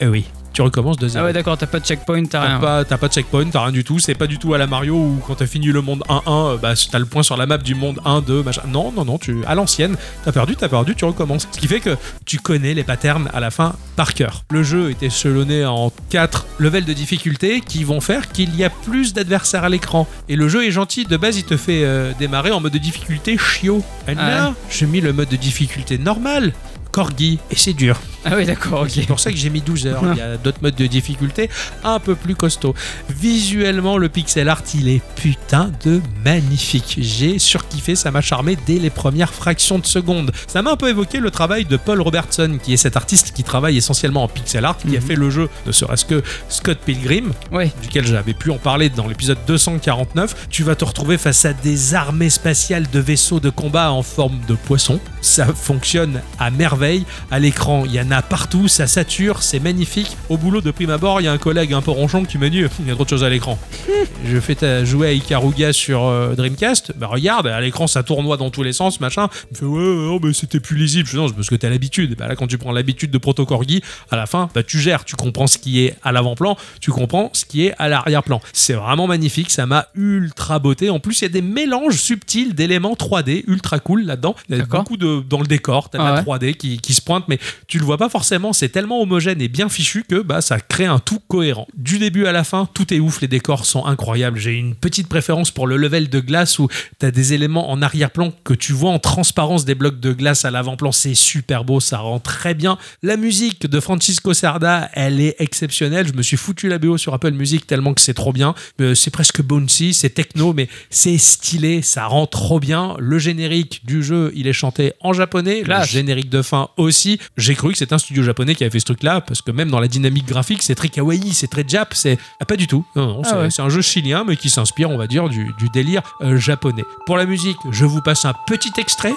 Speaker 1: Eh oui, tu recommences de
Speaker 2: Ah
Speaker 1: zéro.
Speaker 2: ouais, d'accord, t'as pas de checkpoint, t'as
Speaker 1: T'as
Speaker 2: rien.
Speaker 1: pas, t'as pas de checkpoint, t'as rien du tout. C'est pas du tout à la Mario où quand t'as fini le monde 1-1, euh, bah, t'as le point sur la map du monde 1-2, machin. Non, non, non, tu, à l'ancienne, t'as perdu, t'as perdu, tu recommences. Ce qui fait que tu connais les patterns à la fin par cœur. Le jeu est échelonné en 4 levels de difficulté qui vont faire qu'il y a plus d'adversaires à l'écran. Et le jeu est gentil, de base, il te fait euh, démarrer en mode de difficulté chiot.
Speaker 2: Ah
Speaker 1: Et là, j'ai mis le mode de difficulté normal, corgi, et c'est dur.
Speaker 2: Ah ouais, d'accord,
Speaker 1: C'est
Speaker 2: ok.
Speaker 1: pour ça que j'ai mis 12 heures. Il y a d'autres modes de difficulté un peu plus costauds. Visuellement, le pixel art, il est putain de magnifique. J'ai surkiffé, ça m'a charmé dès les premières fractions de seconde. Ça m'a un peu évoqué le travail de Paul Robertson, qui est cet artiste qui travaille essentiellement en pixel art, qui a
Speaker 2: Mhm.
Speaker 1: fait le jeu, ne serait-ce que Scott Pilgrim,
Speaker 2: Ouais.
Speaker 1: duquel j'avais pu en parler dans l'épisode 249, tu vas te retrouver face à des armées spatiales de vaisseaux de combat en forme de poisson. Ça fonctionne à merveille. À l'écran, il y en a partout, ça sature, c'est magnifique. Au boulot, de prime abord, il y a un collègue un peu ronchon qui m'a dit euh, il y a trop de choses à l'écran. Je fais ta- jouer à Ikaruga sur euh, Dreamcast, bah regarde, à l'écran ça tournoie dans tous les sens, machin. Il me fait ouais, ouais, non, mais c'était plus lisible. Je fais non, c'est parce que t'as l'habitude. Bah là, quand tu prends l'habitude de Proto Corgi, à la fin, bah tu gères, tu comprends ce qui est à l'avant-plan, tu comprends ce qui est à l'arrière-plan. C'est vraiment magnifique, ça m'a ultra beauté. En plus, il y a des mélanges subtils d'éléments 3D ultra cool là-dedans. Il y a
Speaker 2: D'accord.
Speaker 1: beaucoup de dans le décor, t'as de
Speaker 2: Ah
Speaker 1: la
Speaker 2: ouais.
Speaker 1: 3D qui, qui se pointe, mais tu le vois pas pas forcément, c'est tellement homogène et bien fichu que bah, ça crée un tout cohérent. Du début à la fin, tout est ouf, les décors sont incroyables. J'ai une petite préférence pour le level de glace où t'as des éléments en arrière-plan que tu vois en transparence des blocs de glace à l'avant-plan. C'est super beau, ça rend très bien. La musique de Francisco Sarda, elle est exceptionnelle. Je me suis foutu la BO sur Apple Music tellement que c'est trop bien. Euh, C'est presque bouncy, c'est techno, mais c'est stylé, ça rend trop bien. Le générique du jeu, il est chanté en japonais. Là, générique de fin aussi. J'ai cru que c'était un studio japonais qui avait fait ce truc-là, parce que même dans la dynamique graphique, c'est très kawaii, c'est très jap, c'est ah, pas du tout. Non, non,
Speaker 2: Ah
Speaker 1: c'est
Speaker 2: ouais.
Speaker 1: c'est un jeu chilien, mais qui s'inspire, on va dire, du, du délire euh, japonais. Pour la musique, je vous passe un petit extrait.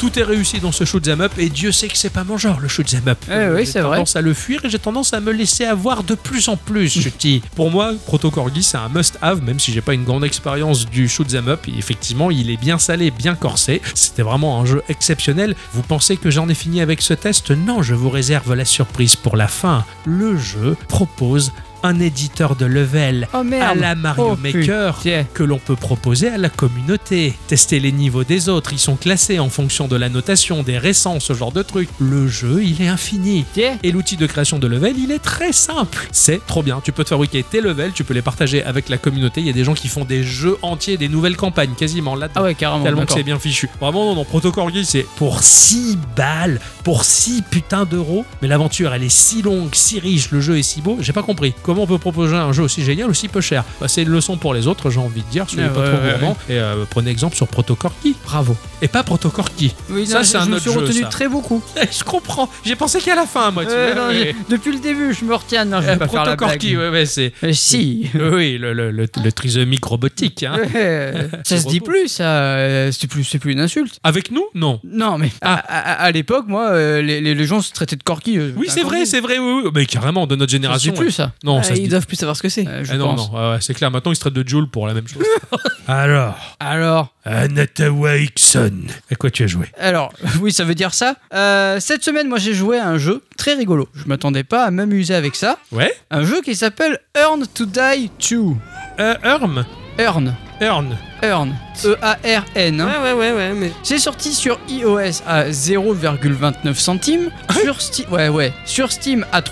Speaker 1: Tout est réussi dans ce shoot'em up et Dieu sait que c'est pas mon genre le shoot'em up.
Speaker 2: Eh oui,
Speaker 1: j'ai
Speaker 2: c'est vrai.
Speaker 1: tendance à le fuir et j'ai tendance à me laisser avoir de plus en plus, je dis. Pour moi, Proto Corgi, c'est un must-have, même si j'ai pas une grande expérience du shoot'em up. Et effectivement, il est bien salé, bien corsé. C'était vraiment un jeu exceptionnel. Vous pensez que j'en ai fini avec ce test Non, je vous réserve la surprise pour la fin. Le jeu propose un éditeur de level
Speaker 2: Oh
Speaker 1: à
Speaker 2: merde.
Speaker 1: la Mario
Speaker 2: Oh,
Speaker 1: Maker
Speaker 2: putain.
Speaker 1: que l'on peut proposer à la communauté. Tester les niveaux des autres, ils sont classés en fonction de la notation, des récents, ce genre de truc. Le jeu, il est infini.
Speaker 2: Tiens.
Speaker 1: Et l'outil de création de level, il est très simple. C'est trop bien. Tu peux te fabriquer tes levels, tu peux les partager avec la communauté. Il y a des gens qui font des jeux entiers, des nouvelles campagnes quasiment là
Speaker 2: Ah ouais, carrément.
Speaker 1: Tellement que
Speaker 2: d'accord.
Speaker 1: c'est bien fichu. Vraiment, non, non, Protocol Geek, c'est pour 6 balles, pour 6 putains d'euros. Mais l'aventure, elle est si longue, si riche, le jeu est si beau. J'ai pas compris. Comment on peut proposer un jeu aussi génial, aussi peu cher Bah, C'est une leçon pour les autres, j'ai envie de dire. Soyez
Speaker 2: Ah,
Speaker 1: pas
Speaker 2: ouais,
Speaker 1: trop
Speaker 2: ouais,
Speaker 1: gourmands. Et euh, prenez exemple sur Protocol Geek. Bravo. Et pas Protocol Geek.
Speaker 2: Oui,
Speaker 1: Ça,
Speaker 2: non,
Speaker 1: c'est
Speaker 2: je-
Speaker 1: un
Speaker 2: je me
Speaker 1: autre
Speaker 2: suis
Speaker 1: jeu,
Speaker 2: retenu
Speaker 1: ça.
Speaker 2: très beaucoup.
Speaker 1: je comprends. J'ai pensé qu'à la fin, moi. tu
Speaker 2: Euh,
Speaker 1: vois,
Speaker 2: non,
Speaker 1: mais-
Speaker 2: j'ai- Depuis le début, je me retiens. Non, je vais
Speaker 1: Euh,
Speaker 2: pas faire la
Speaker 1: Protocol
Speaker 2: blague.
Speaker 1: Geek, ouais, ouais, c'est.
Speaker 2: Euh, si.
Speaker 1: oui, le, le, le- le trisomique robotique. hein.
Speaker 2: Euh, ça
Speaker 1: Tu
Speaker 2: se dit
Speaker 1: reposes.
Speaker 2: plus, ça. euh, C'est plus, c'est plus une insulte.
Speaker 1: Avec nous Non.
Speaker 2: Non, mais
Speaker 1: Ah.
Speaker 2: à, à- à l'époque, moi, euh, les, les- les gens se traitaient de corki. euh,
Speaker 1: Oui,
Speaker 2: t'as
Speaker 1: c'est
Speaker 2: un
Speaker 1: vrai,
Speaker 2: corgi.
Speaker 1: c'est vrai, oui, oui. Mais carrément, de notre
Speaker 2: Ça se
Speaker 1: génération.
Speaker 2: dit plus, ça.
Speaker 1: Non,
Speaker 3: Ah,
Speaker 1: ça se
Speaker 3: ils
Speaker 1: dit
Speaker 3: doivent plus savoir ce que c'est.
Speaker 2: euh, je
Speaker 1: Ah non,
Speaker 2: pense.
Speaker 1: non, ouais, ouais, c'est clair. Maintenant, il se traite de Joule pour la même chose. Alors,
Speaker 2: Alors,
Speaker 1: Anatawa Hickson, à quoi tu as joué
Speaker 2: alors, oui, ça veut dire ça. Euh, cette semaine, moi, j'ai joué à un jeu très rigolo. Je m'attendais pas à m'amuser avec ça.
Speaker 1: Ouais
Speaker 2: Un jeu qui s'appelle Earn to Die 2.
Speaker 1: euh, Earn
Speaker 2: Earn.
Speaker 1: Earn
Speaker 2: Earn. E-A-R-N. hein.
Speaker 3: Ouais, ouais, ouais, ouais, mais
Speaker 2: C'est sorti sur iOS à 0,29 centimes,
Speaker 3: Ah
Speaker 2: sur Steam, ouais, ouais, sur Steam à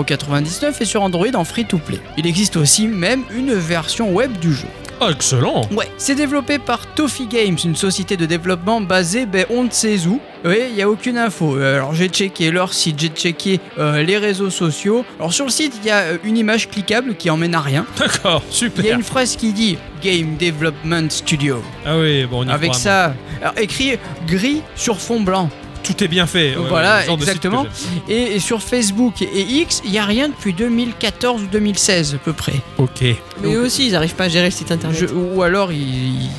Speaker 2: 3,99€ et sur Android en free to play. Il existe aussi même une version web du jeu.
Speaker 1: Oh, excellent
Speaker 2: Ouais, c'est développé par Toffee Games, une société de développement basée ben, on ne sait où. Oui, il n'y a aucune info. Euh, Alors j'ai checké leur site, j'ai checké euh, les réseaux sociaux. Alors sur le site, il y a euh, une image cliquable qui emmène à rien.
Speaker 1: D'accord,
Speaker 2: Il y a
Speaker 1: super
Speaker 2: une phrase qui dit Game Development Studio.
Speaker 1: Ah oui, bon, on y
Speaker 2: Avec
Speaker 1: croit,
Speaker 2: ça, alors, écrit gris sur fond blanc.
Speaker 1: Tout est bien fait. ouais,
Speaker 2: Voilà,
Speaker 1: le genre de site que
Speaker 2: exactement.
Speaker 1: j'aime.
Speaker 2: Et, et sur Facebook et X, il n'y a rien depuis 2014 ou 2016 à peu près.
Speaker 1: Ok.
Speaker 3: Mais
Speaker 2: Donc-
Speaker 3: eux aussi, ils n'arrivent pas à gérer le site internet.
Speaker 2: Je- ou alors ils,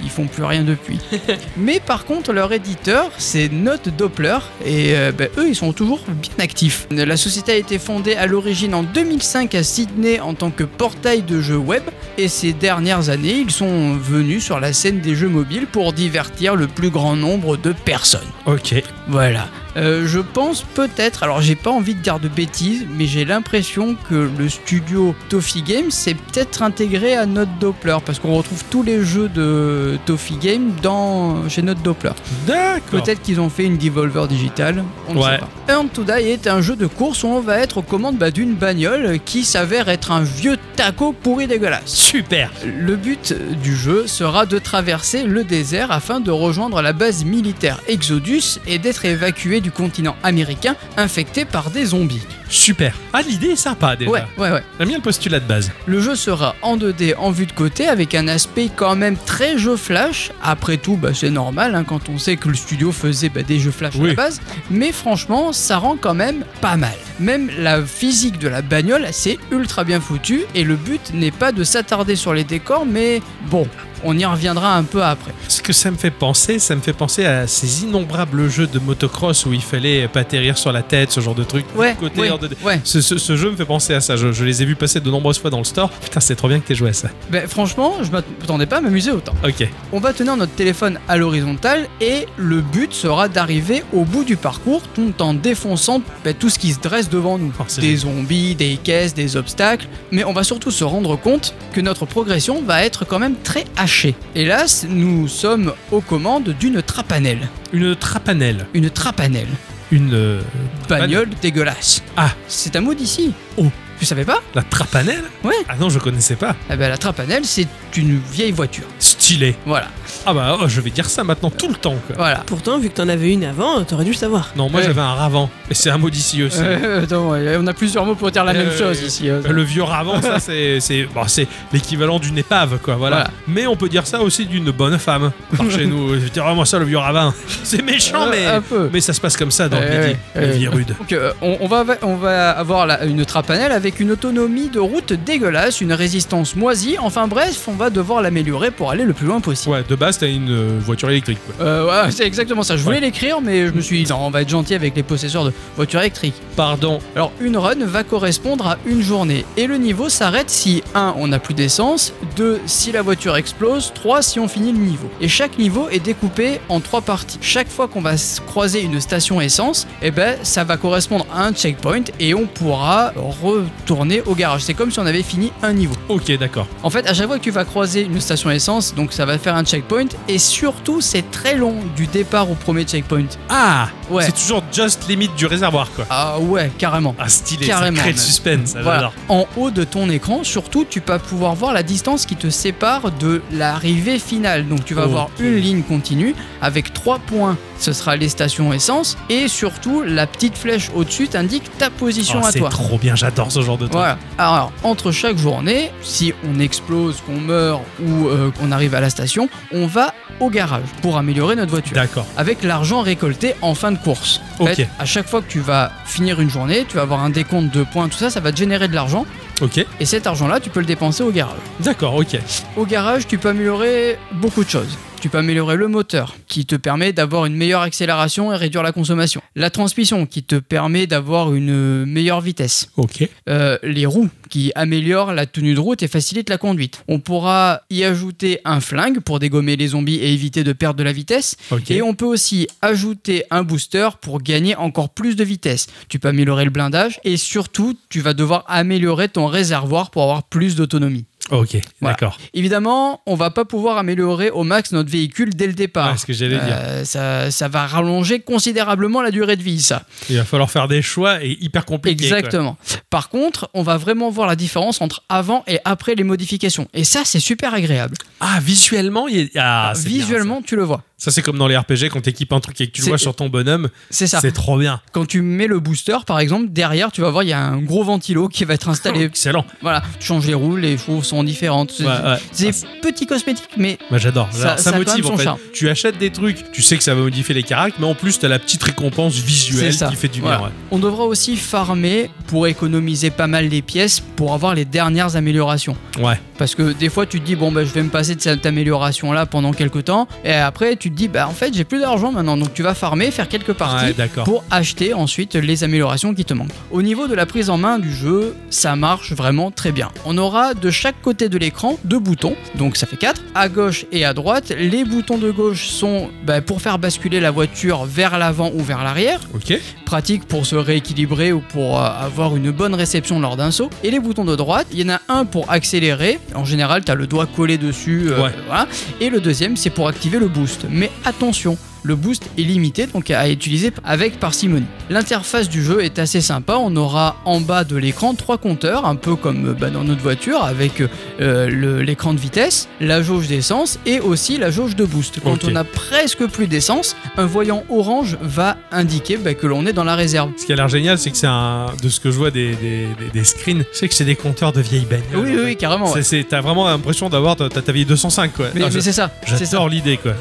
Speaker 2: ils font plus rien depuis. Mais par contre, leur éditeur, c'est Note Doppler, et euh, ben, eux, ils sont toujours bien actifs. La société a été fondée à l'origine en 2005 à Sydney en tant que portail de jeux web, et ces dernières années, ils sont venus sur la scène des jeux mobiles pour divertir le plus grand nombre de personnes.
Speaker 1: Ok.
Speaker 2: Voilà. Euh, je pense peut-être, alors j'ai pas envie de dire de bêtises, mais j'ai l'impression que le studio Toffee Games s'est peut-être intégré à Note Doppler, parce qu'on retrouve tous les jeux de Toffee Games dans, chez Note Doppler.
Speaker 1: D'accord.
Speaker 2: Peut-être qu'ils ont fait une Devolver Digital, on ne
Speaker 1: Ouais.
Speaker 2: sait pas. Earn to Die est un jeu de course où on va être aux commandes bah, d'une bagnole qui s'avère être un vieux taco pourri dégueulasse.
Speaker 1: Super.
Speaker 2: Le but du jeu sera de traverser le désert afin de rejoindre la base militaire Exodus et d'être évacué du continent américain infecté par des zombies.
Speaker 1: Super. Ah, l'idée est sympa déjà.
Speaker 2: Ouais, ouais, ouais.
Speaker 1: J'aime bien le postulat de base.
Speaker 2: Le jeu sera en 2D en vue de côté avec un aspect quand même très jeu flash. Après tout, bah, c'est normal hein, quand on sait que le studio faisait bah, des jeux flash à
Speaker 1: Oui.
Speaker 2: la base. Mais franchement, ça rend quand même pas mal. Même la physique de la bagnole, c'est ultra bien foutu et le but n'est pas de s'attarder sur les décors, mais bon, on y reviendra un peu après.
Speaker 1: Ce que ça me fait penser, ça me fait penser à ces innombrables jeux de motocross où il fallait pas atterrir sur la tête, ce genre de truc.
Speaker 2: Ouais,
Speaker 1: Du côté,
Speaker 2: ouais,
Speaker 1: hors de-
Speaker 2: ouais.
Speaker 1: Ce, ce- ce jeu me fait penser à ça. Je, je les ai vus passer de nombreuses fois dans le store. Putain, c'est trop bien que t'aies joué à ça.
Speaker 2: Ben, franchement, je m'attendais pas à m'amuser autant.
Speaker 1: Ok.
Speaker 2: On va tenir notre téléphone à l'horizontale et le but sera d'arriver au bout du parcours tout en défonçant ben, tout ce qui se dresse devant nous.
Speaker 1: Oh, c'est
Speaker 2: des zombies, des caisses, des obstacles. Mais on va surtout se rendre compte que notre progression va être quand même très hachée. Hélas, nous sommes aux commandes d'une trapanelle.
Speaker 1: Une trapanelle.
Speaker 2: Une trapanelle.
Speaker 1: Une. euh,
Speaker 2: Bagnole dégueulasse.
Speaker 1: Ah.
Speaker 2: C'est un mot d'ici.
Speaker 1: Oh.
Speaker 2: Tu savais pas
Speaker 1: la trapanelle
Speaker 2: Ouais.
Speaker 1: Ah non, je connaissais pas.
Speaker 2: Eh ben, la trapanelle, c'est une vieille voiture.
Speaker 1: Stylé.
Speaker 2: Voilà.
Speaker 1: Ah bah, oh, je vais dire ça maintenant tout le temps, quoi.
Speaker 2: Voilà.
Speaker 3: Pourtant, vu que t'en avais une avant, t'aurais dû le savoir.
Speaker 1: Non, moi
Speaker 2: Ouais.
Speaker 1: j'avais un ravant. Et c'est un mot d'ici aussi.
Speaker 2: Euh, attends, ouais, on a plusieurs mots pour dire la
Speaker 1: Euh,
Speaker 2: même chose ici. euh.
Speaker 1: Euh, Le vieux ravant, ça c'est c'est bon, c'est l'équivalent d'une épave, quoi. Voilà.
Speaker 2: Voilà.
Speaker 1: Mais on peut dire ça aussi d'une bonne femme par chez nous. C'était vraiment ça le vieux ravin. C'est méchant,
Speaker 2: Euh,
Speaker 1: mais
Speaker 2: un peu.
Speaker 1: mais ça se passe comme ça dans
Speaker 2: Euh,
Speaker 1: le midi.
Speaker 2: ouais, euh,
Speaker 1: la vie est rude.
Speaker 2: Donc, euh, on, on va, on va avoir la- une trapanelle avec une autonomie de route dégueulasse, une résistance moisie. Enfin bref, on va devoir l'améliorer pour aller le plus loin possible.
Speaker 1: Ouais, de base t'as une euh, voiture électrique. quoi.
Speaker 2: Euh, ouais, c'est exactement ça. Je voulais l'écrire, mais je me suis dit non, on va être gentil avec les possesseurs de voitures électriques.
Speaker 1: Pardon.
Speaker 2: Alors une run va correspondre à une journée et le niveau s'arrête si 1 on n'a plus d'essence, 2 si la voiture explose, 3 si on finit le niveau. Et chaque niveau est découpé en 3 parties. Chaque fois qu'on va s- croiser une station essence, eh ben ça va correspondre à un checkpoint et on pourra retourner au garage. C'est comme si on avait fini un niveau.
Speaker 1: Ok, d'accord.
Speaker 2: En fait, à chaque fois que tu vas croiser une station essence, donc ça va faire un checkpoint et surtout c'est très long du départ au premier checkpoint.
Speaker 1: Ah,
Speaker 2: Ouais.
Speaker 1: c'est toujours just limite du réservoir, quoi.
Speaker 2: Ah ouais, carrément.
Speaker 1: Ah, stylé.
Speaker 2: Carrément,
Speaker 1: ça crée le
Speaker 2: même.
Speaker 1: suspense. ça,
Speaker 2: Voilà.
Speaker 1: j'adore.
Speaker 2: En haut de ton écran, surtout, tu vas pouvoir voir la distance qui te sépare de l'arrivée finale. Donc tu vas
Speaker 1: Ok.
Speaker 2: avoir une ligne continue avec trois points. Ce sera les stations essence et surtout la petite flèche au-dessus t'indique ta position
Speaker 1: Oh,
Speaker 2: à
Speaker 1: c'est
Speaker 2: toi.
Speaker 1: trop bien. J'adore ce genre de truc.
Speaker 2: Voilà. Alors, entre chaque journée, si on explose, qu'on meurt ou euh, qu'on arrive à la station, on va au garage pour améliorer notre voiture
Speaker 1: D'accord.
Speaker 2: avec l'argent récolté en fin de course. En
Speaker 1: Ok.
Speaker 2: fait, à chaque fois que tu vas finir une journée, tu vas avoir un décompte de points, tout ça, ça va te générer de l'argent.
Speaker 1: Ok.
Speaker 2: Et cet argent-là, tu peux le dépenser au garage.
Speaker 1: D'accord. Ok.
Speaker 2: Au garage, tu peux améliorer beaucoup de choses. Tu peux améliorer le moteur, qui te permet d'avoir une meilleure accélération et réduire la consommation. La transmission, qui te permet d'avoir une meilleure vitesse.
Speaker 1: Ok.
Speaker 2: Euh, les roues, qui améliorent la tenue de route et facilitent la conduite. On pourra y ajouter un flingue pour dégommer les zombies et éviter de perdre de la vitesse.
Speaker 1: Ok.
Speaker 2: Et on peut aussi ajouter un booster pour gagner encore plus de vitesse. Tu peux améliorer le blindage et surtout, tu vas devoir améliorer ton réservoir pour avoir plus d'autonomie.
Speaker 1: Ok.
Speaker 2: Voilà.
Speaker 1: D'accord.
Speaker 2: Évidemment, on va pas pouvoir améliorer au max notre véhicule dès le départ.
Speaker 1: Ah, ce que j'allais dire.
Speaker 2: Euh, ça, ça va rallonger considérablement la durée de vie, ça.
Speaker 1: Il va falloir faire des choix et hyper compliqués. quoi.
Speaker 2: Exactement. Par contre, on va vraiment voir la différence entre avant et après les modifications. Et ça, c'est super agréable.
Speaker 1: Ah, visuellement, il y a... ah, c'est bien,
Speaker 2: Visuellement, tu le vois.
Speaker 1: ça. ça, c'est comme dans les RPG quand t'équipes un truc et que tu le
Speaker 2: C'est-
Speaker 1: vois sur ton bonhomme.
Speaker 2: C'est ça.
Speaker 1: C'est trop bien.
Speaker 2: Quand tu mets le booster, par exemple, derrière, tu vas voir, il y a un gros ventilo qui va être installé
Speaker 1: Excellent.
Speaker 2: Voilà, tu changes les roues, les choses sont différentes. C'est
Speaker 1: Ouais, ouais.
Speaker 2: c'est des petits cosmétiques, mais
Speaker 1: Bah, j'adore.
Speaker 2: Ça-
Speaker 1: j'adore.
Speaker 2: ça
Speaker 1: Ça,
Speaker 2: a quand même
Speaker 1: motive
Speaker 2: son
Speaker 1: en fait.
Speaker 2: charme.
Speaker 1: Tu achètes des trucs, tu sais que ça va modifier les caractères, mais en plus t'as la petite récompense visuelle
Speaker 2: C'est ça.
Speaker 1: qui fait du bien.
Speaker 2: Voilà.
Speaker 1: ouais.
Speaker 2: on devra aussi farmer pour économiser pas mal les pièces pour avoir les dernières améliorations.
Speaker 1: Ouais.
Speaker 2: Parce que des fois, tu te dis, bon, bah, je vais me passer de cette amélioration-là pendant quelques temps. Et après, tu te dis, bah, en fait, j'ai plus d'argent maintenant. Donc, tu vas farmer, faire quelques parties.
Speaker 1: Ouais, d'accord.
Speaker 2: pour acheter ensuite les améliorations qui te manquent. Au niveau de la prise en main du jeu, ça marche vraiment très bien. On aura de chaque côté de l'écran deux boutons, donc ça fait quatre, à gauche et à droite. Les boutons de gauche sont bah, pour faire basculer la voiture vers l'avant ou vers l'arrière,
Speaker 1: Ok.
Speaker 2: pratique pour se rééquilibrer ou pour euh, avoir une bonne réception lors d'un saut. Et les boutons de droite, il y en a un pour accélérer. En général, tu as le doigt collé dessus. euh,
Speaker 1: Ouais.
Speaker 2: voilà. Et le deuxième, c'est pour activer le boost. Mais attention, le boost est limité, donc à utiliser avec parcimonie. L'interface du jeu est assez sympa. On aura en bas de l'écran trois compteurs, un peu comme euh, bah, dans notre voiture, avec euh, le- l'écran de vitesse, la jauge d'essence et aussi la jauge de boost. Quand
Speaker 1: Ok.
Speaker 2: on a presque plus d'essence, un voyant orange va indiquer bah, que l'on est dans la réserve.
Speaker 1: Ce qui a l'air génial, c'est que c'est un. De ce que je vois des, des, des- des screens, c'est que c'est des compteurs de vieilles bagnoles.
Speaker 2: Oui,
Speaker 1: en
Speaker 2: oui,
Speaker 1: fait.
Speaker 2: oui, carrément. ouais.
Speaker 1: C'est- c'est- T'as vraiment l'impression d'avoir ta, ta vie 205 quoi.
Speaker 2: Mais,
Speaker 1: Ah,
Speaker 2: mais
Speaker 1: je-
Speaker 2: c'est ça, c'est ça.
Speaker 1: J'adore l'idée quoi.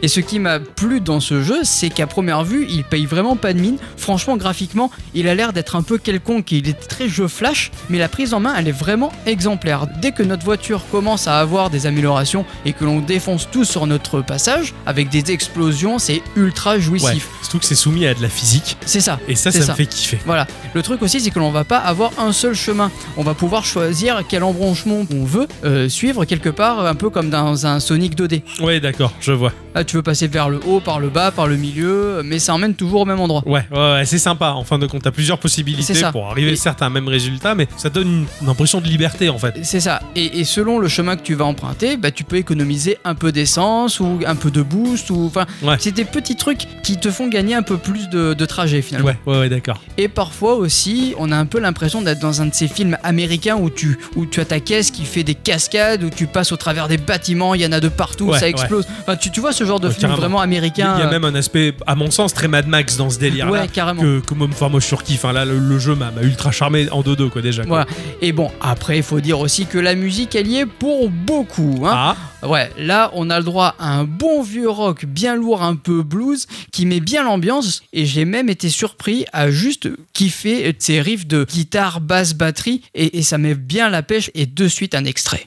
Speaker 2: Et ce qui m'a plu dans ce jeu, c'est qu'à première vue, il paye vraiment pas de mine. Franchement, graphiquement, il a l'air d'être un peu quelconque. Il est très jeu flash, mais la prise en main, elle est vraiment exemplaire. Dès que notre voiture commence à avoir des améliorations et que l'on défonce tout sur notre passage, avec des explosions, c'est ultra
Speaker 1: Ouais.
Speaker 2: jouissif.
Speaker 1: Surtout que c'est soumis à de la physique
Speaker 2: C'est ça.
Speaker 1: et ça,
Speaker 2: C'est
Speaker 1: ça,
Speaker 2: ça.
Speaker 1: me fait kiffer.
Speaker 2: Voilà. Le truc aussi, c'est que l'on va pas avoir un seul chemin. On va pouvoir choisir quel embranchement on veut euh, suivre quelque part, un peu comme dans un Sonic 2D.
Speaker 1: Ouais, d'accord, je vois.
Speaker 2: Là, Ah, tu veux passer vers le haut, par le bas, par le milieu, mais ça emmène toujours au même endroit.
Speaker 1: Ouais, ouais, ouais, c'est sympa. En fin de compte, t'as plusieurs possibilités
Speaker 2: C'est ça.
Speaker 1: pour arriver
Speaker 2: Et-
Speaker 1: certes à un même résultat, mais ça donne une, une impression de liberté en fait.
Speaker 2: C'est ça. Et, et selon le chemin que tu vas emprunter, bah, tu peux économiser un peu d'essence ou un peu de boost. Ou, enfin,
Speaker 1: Ouais.
Speaker 2: C'est des petits trucs qui te font gagner un peu plus de, de trajet finalement.
Speaker 1: Ouais, ouais, ouais, d'accord.
Speaker 2: Et parfois aussi, on a un peu l'impression d'être dans un de ces films américains où tu, où tu as ta caisse qui fait des cascades, où tu passes au travers des bâtiments, il y en a de partout,
Speaker 1: Ouais,
Speaker 2: ça explose. Enfin, tu, tu vois ce genre de
Speaker 1: Ouais,
Speaker 2: film
Speaker 1: carrément.
Speaker 2: vraiment
Speaker 1: Il y
Speaker 2: américain. euh,
Speaker 1: a même un aspect, à mon sens, très Mad Max dans ce délire là.
Speaker 2: Ouais, carrément.
Speaker 1: Que, que moi, enfin, moi je surkiffe. Hein. Là, le, le jeu m'a m'a ultra charmé en 2-2 quoi déjà. quoi.
Speaker 2: Voilà. Et bon, après, il faut dire aussi que la musique, elle y est pour beaucoup. Hein.
Speaker 1: Ah,
Speaker 2: Ouais, là, on a le droit à un bon vieux rock bien lourd, un peu blues, qui met bien l'ambiance. Et j'ai même été surpris à juste kiffer ces riffs de guitare, basse, batterie. Et, et ça met bien la pêche. Et de suite, un extrait.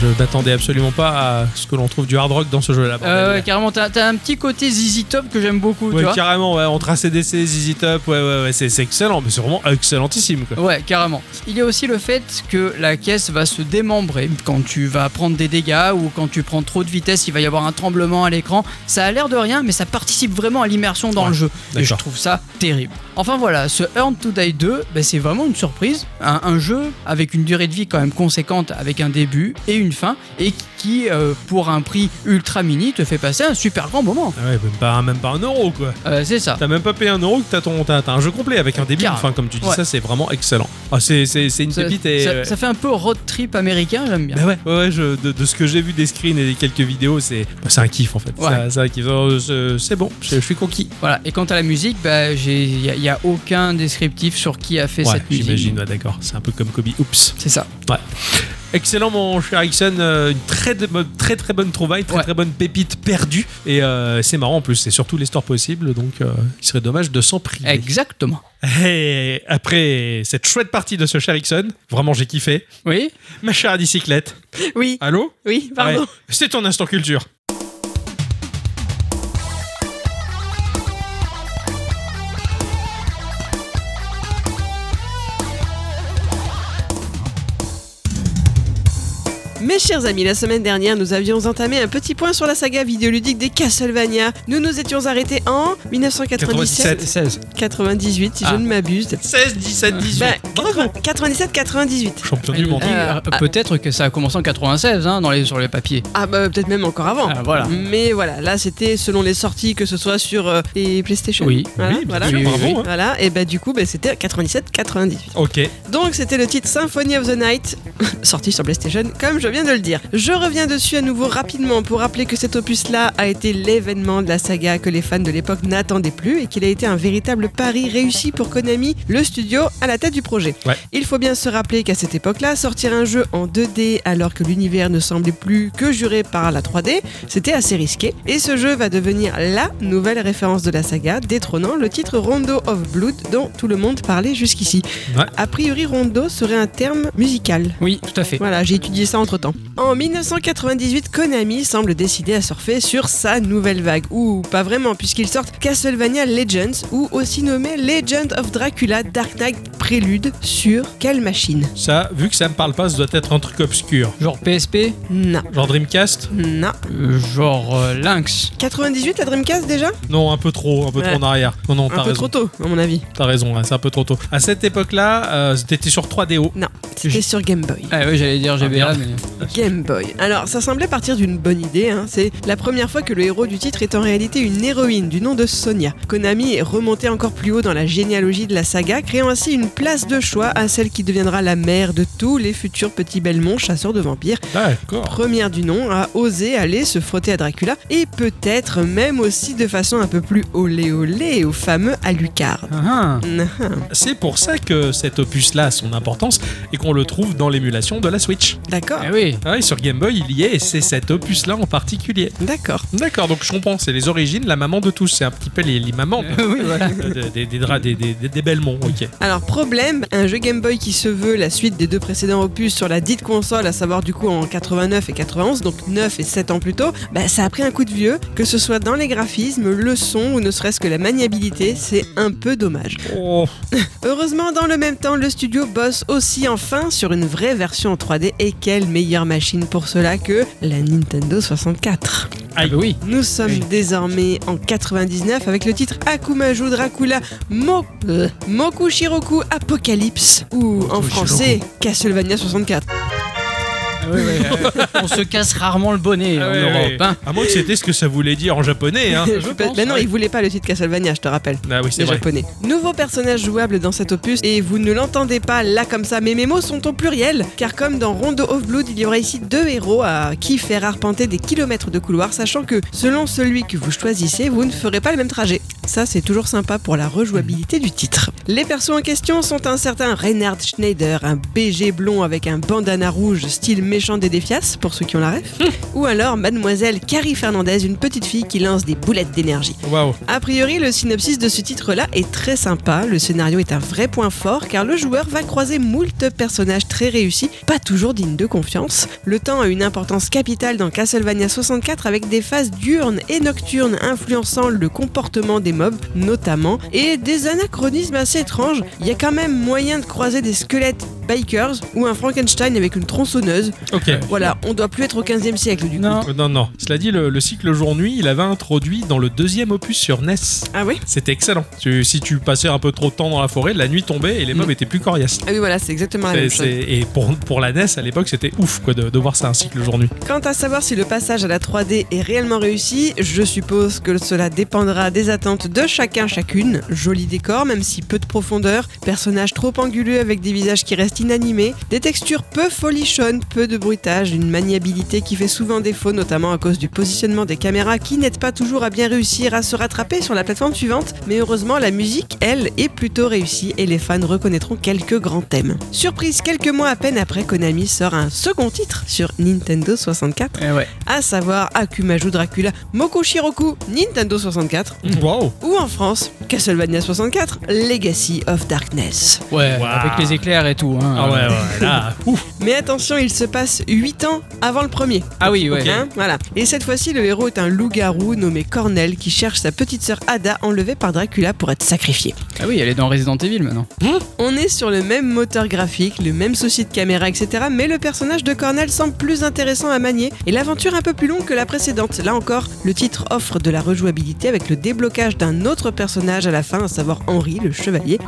Speaker 1: Je m'attendais absolument pas à ce que l'on trouve du hard rock dans ce jeu-là. bordel.
Speaker 2: Euh, ouais, carrément, t'as t'as un petit côté ZZ Top que j'aime beaucoup, tu
Speaker 1: Ouais,
Speaker 2: vois.
Speaker 1: carrément, ouais, entre ACDC, ZZ Top, ouais, ouais, ouais, c'est c'est excellent, mais c'est vraiment excellentissime, quoi.
Speaker 2: Ouais, carrément. Il y a aussi le fait que la caisse va se démembrer quand tu vas prendre des dégâts ou quand tu prends trop de vitesse, il va y avoir un tremblement à l'écran. Ça a l'air de rien, mais ça participe vraiment à l'immersion dans
Speaker 1: Ouais,
Speaker 2: le jeu. Et je
Speaker 1: d'accord.
Speaker 2: trouve ça terrible. Enfin voilà, ce Earn to Die 2, ben, c'est vraiment une surprise. Un, un jeu avec une durée de vie quand même conséquente, avec un début et une fin, et qui, euh, pour un prix ultra mini, te fait passer un super grand moment.
Speaker 1: Ah ouais, même pas, même pas un euro, quoi.
Speaker 2: Euh, c'est ça.
Speaker 1: T'as même pas payé un euro que t'as ton- t'as- t'as un jeu complet avec un début,
Speaker 2: Carrément.
Speaker 1: enfin, comme tu dis
Speaker 2: Ouais.
Speaker 1: ça, c'est vraiment excellent. Ah, c'est c'est- c'est une
Speaker 2: Ça,
Speaker 1: pépite et.
Speaker 2: ça-
Speaker 1: ouais.
Speaker 2: ça fait un peu road trip américain, j'aime bien.
Speaker 1: Bah ouais, ouais, ouais, je- de, de ce que j'ai vu des screens et des quelques vidéos, c'est bah, c'est un kiff en fait.
Speaker 2: Ouais.
Speaker 1: Ça- C'est un kiff. Euh, c'est- C'est bon, je, je suis conquis.
Speaker 2: Voilà, et quant à la musique, bah, j'ai- il n'y a, aucun descriptif sur qui a fait
Speaker 1: Ouais,
Speaker 2: cette musique.
Speaker 1: j'imagine, ouais, d'accord. C'est un peu comme Kobe. Oups.
Speaker 2: C'est ça.
Speaker 1: Excellent, mon cher Ixon. euh, Une très, de- bonne- très très bonne trouvaille, très
Speaker 2: Ouais.
Speaker 1: très bonne pépite perdue. Et euh, c'est marrant en plus, c'est surtout les stores possibles, donc euh, il serait dommage de s'en priver.
Speaker 2: Exactement.
Speaker 1: Et après cette chouette partie de ce cher Ixon, vraiment j'ai kiffé.
Speaker 2: Oui
Speaker 1: Ma chère bicyclette,
Speaker 3: Oui,
Speaker 1: allô
Speaker 3: oui, pardon.
Speaker 1: Ouais, C'est ton instant culture.
Speaker 3: Mes chers amis, la semaine dernière, nous avions entamé un petit point sur la saga vidéoludique des Castlevania. Nous nous étions arrêtés en 1997,
Speaker 2: 16.
Speaker 3: 98, si
Speaker 2: Ah.
Speaker 3: je ne m'abuse.
Speaker 1: 16, 17, 18.
Speaker 3: Ben, 97-98.
Speaker 1: Champion du monde.
Speaker 3: Euh, ah.
Speaker 2: Peut-être que ça a commencé en 96 hein, dans les, sur les papiers.
Speaker 3: Ah bah peut-être même encore avant.
Speaker 2: Ah, voilà.
Speaker 3: Mais voilà, là c'était selon les sorties, que ce soit sur euh, les PlayStation.
Speaker 2: Oui.
Speaker 3: Voilà,
Speaker 1: oui, bien
Speaker 3: voilà.
Speaker 1: sûr,
Speaker 2: Oui, oui,
Speaker 1: bravo.
Speaker 2: oui.
Speaker 1: hein.
Speaker 3: Voilà, et bah du coup bah, c'était 97-98.
Speaker 1: Ok.
Speaker 3: Donc c'était le titre Symphony of the Night, sorti sur PlayStation, comme je viens de le dire. Je reviens dessus à nouveau rapidement pour rappeler que cet opus-là a été l'événement de la saga que les fans de l'époque n'attendaient plus et qu'il a été un véritable pari réussi pour Konami, le studio à la tête du projet.
Speaker 1: Ouais.
Speaker 3: Il faut bien se rappeler qu'à cette époque-là, sortir un jeu en 2D alors que l'univers ne semblait plus que juré par la 3D, c'était assez risqué. Et ce jeu va devenir LA nouvelle référence de la saga, détrônant le titre Rondo of Blood dont tout le monde parlait jusqu'ici. A priori, rondo serait un terme musical.
Speaker 2: Oui, tout à fait.
Speaker 3: Voilà, j'ai étudié ça entre temps. En 1998, Konami semble décider à surfer sur sa nouvelle vague. Ou pas vraiment, puisqu'ils sortent Castlevania Legends, ou aussi nommé Legend of Dracula Dark Knight Prélude sur quelle machine
Speaker 1: Ça, vu que ça me parle pas, ça doit être un truc obscur.
Speaker 2: Genre PSP,
Speaker 3: Non,
Speaker 1: Genre Dreamcast
Speaker 3: non.
Speaker 2: euh, genre euh, Lynx.
Speaker 3: 98, la Dreamcast déjà
Speaker 1: Non, un peu trop, un peu
Speaker 3: Ouais.
Speaker 1: trop en arrière. Non, non,
Speaker 3: Un peu
Speaker 1: t'as raison.
Speaker 3: trop tôt, à mon avis.
Speaker 1: T'as raison, hein, c'est un peu trop tôt. À cette époque-là, euh, t'étais sur 3DO.
Speaker 3: Non, c'était sur Game Boy.
Speaker 2: Ah oui, j'allais dire GBA,
Speaker 1: Ah,
Speaker 2: mais.
Speaker 3: Game Boy. Alors, ça semblait partir d'une bonne idée. hein. C'est la première fois que le héros du titre est en réalité une héroïne du nom de Sonia. Konami est remonté encore plus haut dans la généalogie de la saga, créant ainsi une place de choix à celle qui deviendra la mère de tous les futurs petits Belmont chasseurs de vampires,
Speaker 1: D'accord.
Speaker 3: première du nom à oser aller se frotter à Dracula et peut-être même aussi de façon un peu plus olé olé au fameux Alucard.
Speaker 2: Ah, ah.
Speaker 1: C'est pour ça que cet opus-là a son importance et qu'on le trouve dans l'émulation de la Switch.
Speaker 3: D'accord
Speaker 2: Eh oui.
Speaker 1: Ah, et sur Game Boy, il y est, et c'est cet opus-là en particulier.
Speaker 3: D'accord.
Speaker 1: D'accord, donc je comprends, c'est les origines, la maman de tous, c'est un petit peu les, les mamans de-
Speaker 2: Ah oui, voilà.
Speaker 1: de- des, des, dra- des, des, des- des Belmont, ok.
Speaker 3: Alors problème, un jeu Game Boy qui se veut la suite des deux précédents opus sur la dite console, à savoir du coup en 89 et 91, donc 9 et 7 ans plus tôt, bah, ça a pris un coup de vieux, que ce soit dans les graphismes, le son ou ne serait-ce que la maniabilité, c'est un peu dommage.
Speaker 1: Oh,
Speaker 3: Heureusement, dans le même temps, le studio bosse aussi enfin sur une vraie version en 3D, et quelle meilleure machine pour cela que la Nintendo 64.
Speaker 2: Ah, bah oui.
Speaker 3: Nous sommes
Speaker 2: Oui.
Speaker 3: désormais en 99 avec le titre Akumaju Dracula Mo... euh, Mokushiroku Apocalypse ou en
Speaker 1: Mokushiroku.
Speaker 3: français Castlevania 64.
Speaker 2: Ah oui, oui, oui. on se casse rarement le bonnet
Speaker 1: Ah
Speaker 2: en
Speaker 1: oui,
Speaker 2: Europe.
Speaker 1: oui.
Speaker 2: hein.
Speaker 1: à moins que c'était ce que ça voulait dire en japonais, hein.
Speaker 3: Je
Speaker 2: je
Speaker 3: peux-
Speaker 2: pense,
Speaker 3: Mais Bah non,
Speaker 2: ouais.
Speaker 3: ils voulaient pas le titre Castlevania, je te rappelle.
Speaker 1: Ah oui, c'est
Speaker 3: Les
Speaker 1: vrai.
Speaker 3: japonais. Nouveau personnage jouable dans cet opus et vous ne l'entendez pas là comme ça, mais mes mots sont au pluriel car comme dans Rondo of Blood, il y aura ici deux héros à qui faire arpenter des kilomètres de couloirs, sachant que selon celui que vous choisissez, vous ne ferez pas le même trajet. ça c'est toujours sympa pour la rejouabilité du titre. Les persos en question sont un certain Reinhard Schneider, un BG blond avec un bandana rouge style méchant des défias, pour ceux qui ont la ref,
Speaker 1: Hum.
Speaker 3: ou alors Mademoiselle Carrie Fernandez, une petite fille qui lance des boulettes d'énergie.
Speaker 1: Waouh.
Speaker 3: A priori, le synopsis de ce titre-là est très sympa. Le scénario est un vrai point fort car le joueur va croiser moult personnages très réussis, pas toujours dignes de confiance. Le temps a une importance capitale dans Castlevania 64 avec des phases diurnes et nocturnes influençant le comportement des mobs notamment et des anachronismes assez étranges. Il y a quand même moyen de croiser des squelettes bikers ou un Frankenstein avec une tronçonneuse.
Speaker 1: Ok.
Speaker 3: Voilà, on doit plus être au 15e siècle du coup.
Speaker 2: Non.
Speaker 1: Euh, Non, non. Cela dit, le, le cycle jour-nuit, il avait introduit dans le deuxième opus sur E NES.
Speaker 3: Ah oui
Speaker 1: C'était excellent. Tu- si tu passais un peu trop de temps dans la forêt, la nuit tombait et les mobs étaient plus coriaces.
Speaker 3: Ah oui, voilà, c'est exactement la
Speaker 1: C'est-
Speaker 3: même chose.
Speaker 1: c'est- et pour, pour la NES, à l'époque, c'était ouf quoi, de, de voir ça un cycle jour-nuit.
Speaker 3: Quant à savoir si le passage à la 3D est réellement réussi, je suppose que cela dépendra des attentes de chacun chacune. Joli décor, même si peu de profondeur, personnages trop anguleux avec des visages qui restent inanimés, des textures peu folichonnes, peu de bruitage, une maniabilité qui fait souvent défaut, notamment à cause du positionnement des caméras qui n'aident pas toujours à bien réussir à se rattraper sur la plateforme suivante. Mais heureusement, la musique, elle, est plutôt réussie et les fans reconnaîtront quelques grands thèmes. Surprise, quelques mois à peine après, Konami sort un second titre sur Nintendo 64,
Speaker 2: Eh ouais.
Speaker 3: à savoir Akumaju Dracula Moko Shiroku Nintendo 64,
Speaker 1: Mm. Waouh.
Speaker 3: ou en France, Castlevania 64 Legacy of Darkness.
Speaker 2: Ouais,
Speaker 1: Waouh.
Speaker 2: avec les éclairs et tout. hein.
Speaker 1: Ah ouais, ouais, là, ouf.
Speaker 3: Mais attention, il se passe 8 ans avant le premier.
Speaker 2: Ah oui, ouais.
Speaker 3: Hein, voilà. Et cette fois-ci, le héros est un loup-garou nommé Cornell qui cherche sa petite sœur Ada enlevée par Dracula pour être sacrifiée.
Speaker 2: Ah oui, elle est dans Resident Evil maintenant.
Speaker 3: On est sur le même moteur graphique, le même souci de caméra, etc. Mais le personnage de Cornell semble plus intéressant à manier et l'aventure un peu plus longue que la précédente. Là encore, le titre offre de la rejouabilité avec le déblocage d'un autre personnage à la fin, à savoir Henri, le chevalier,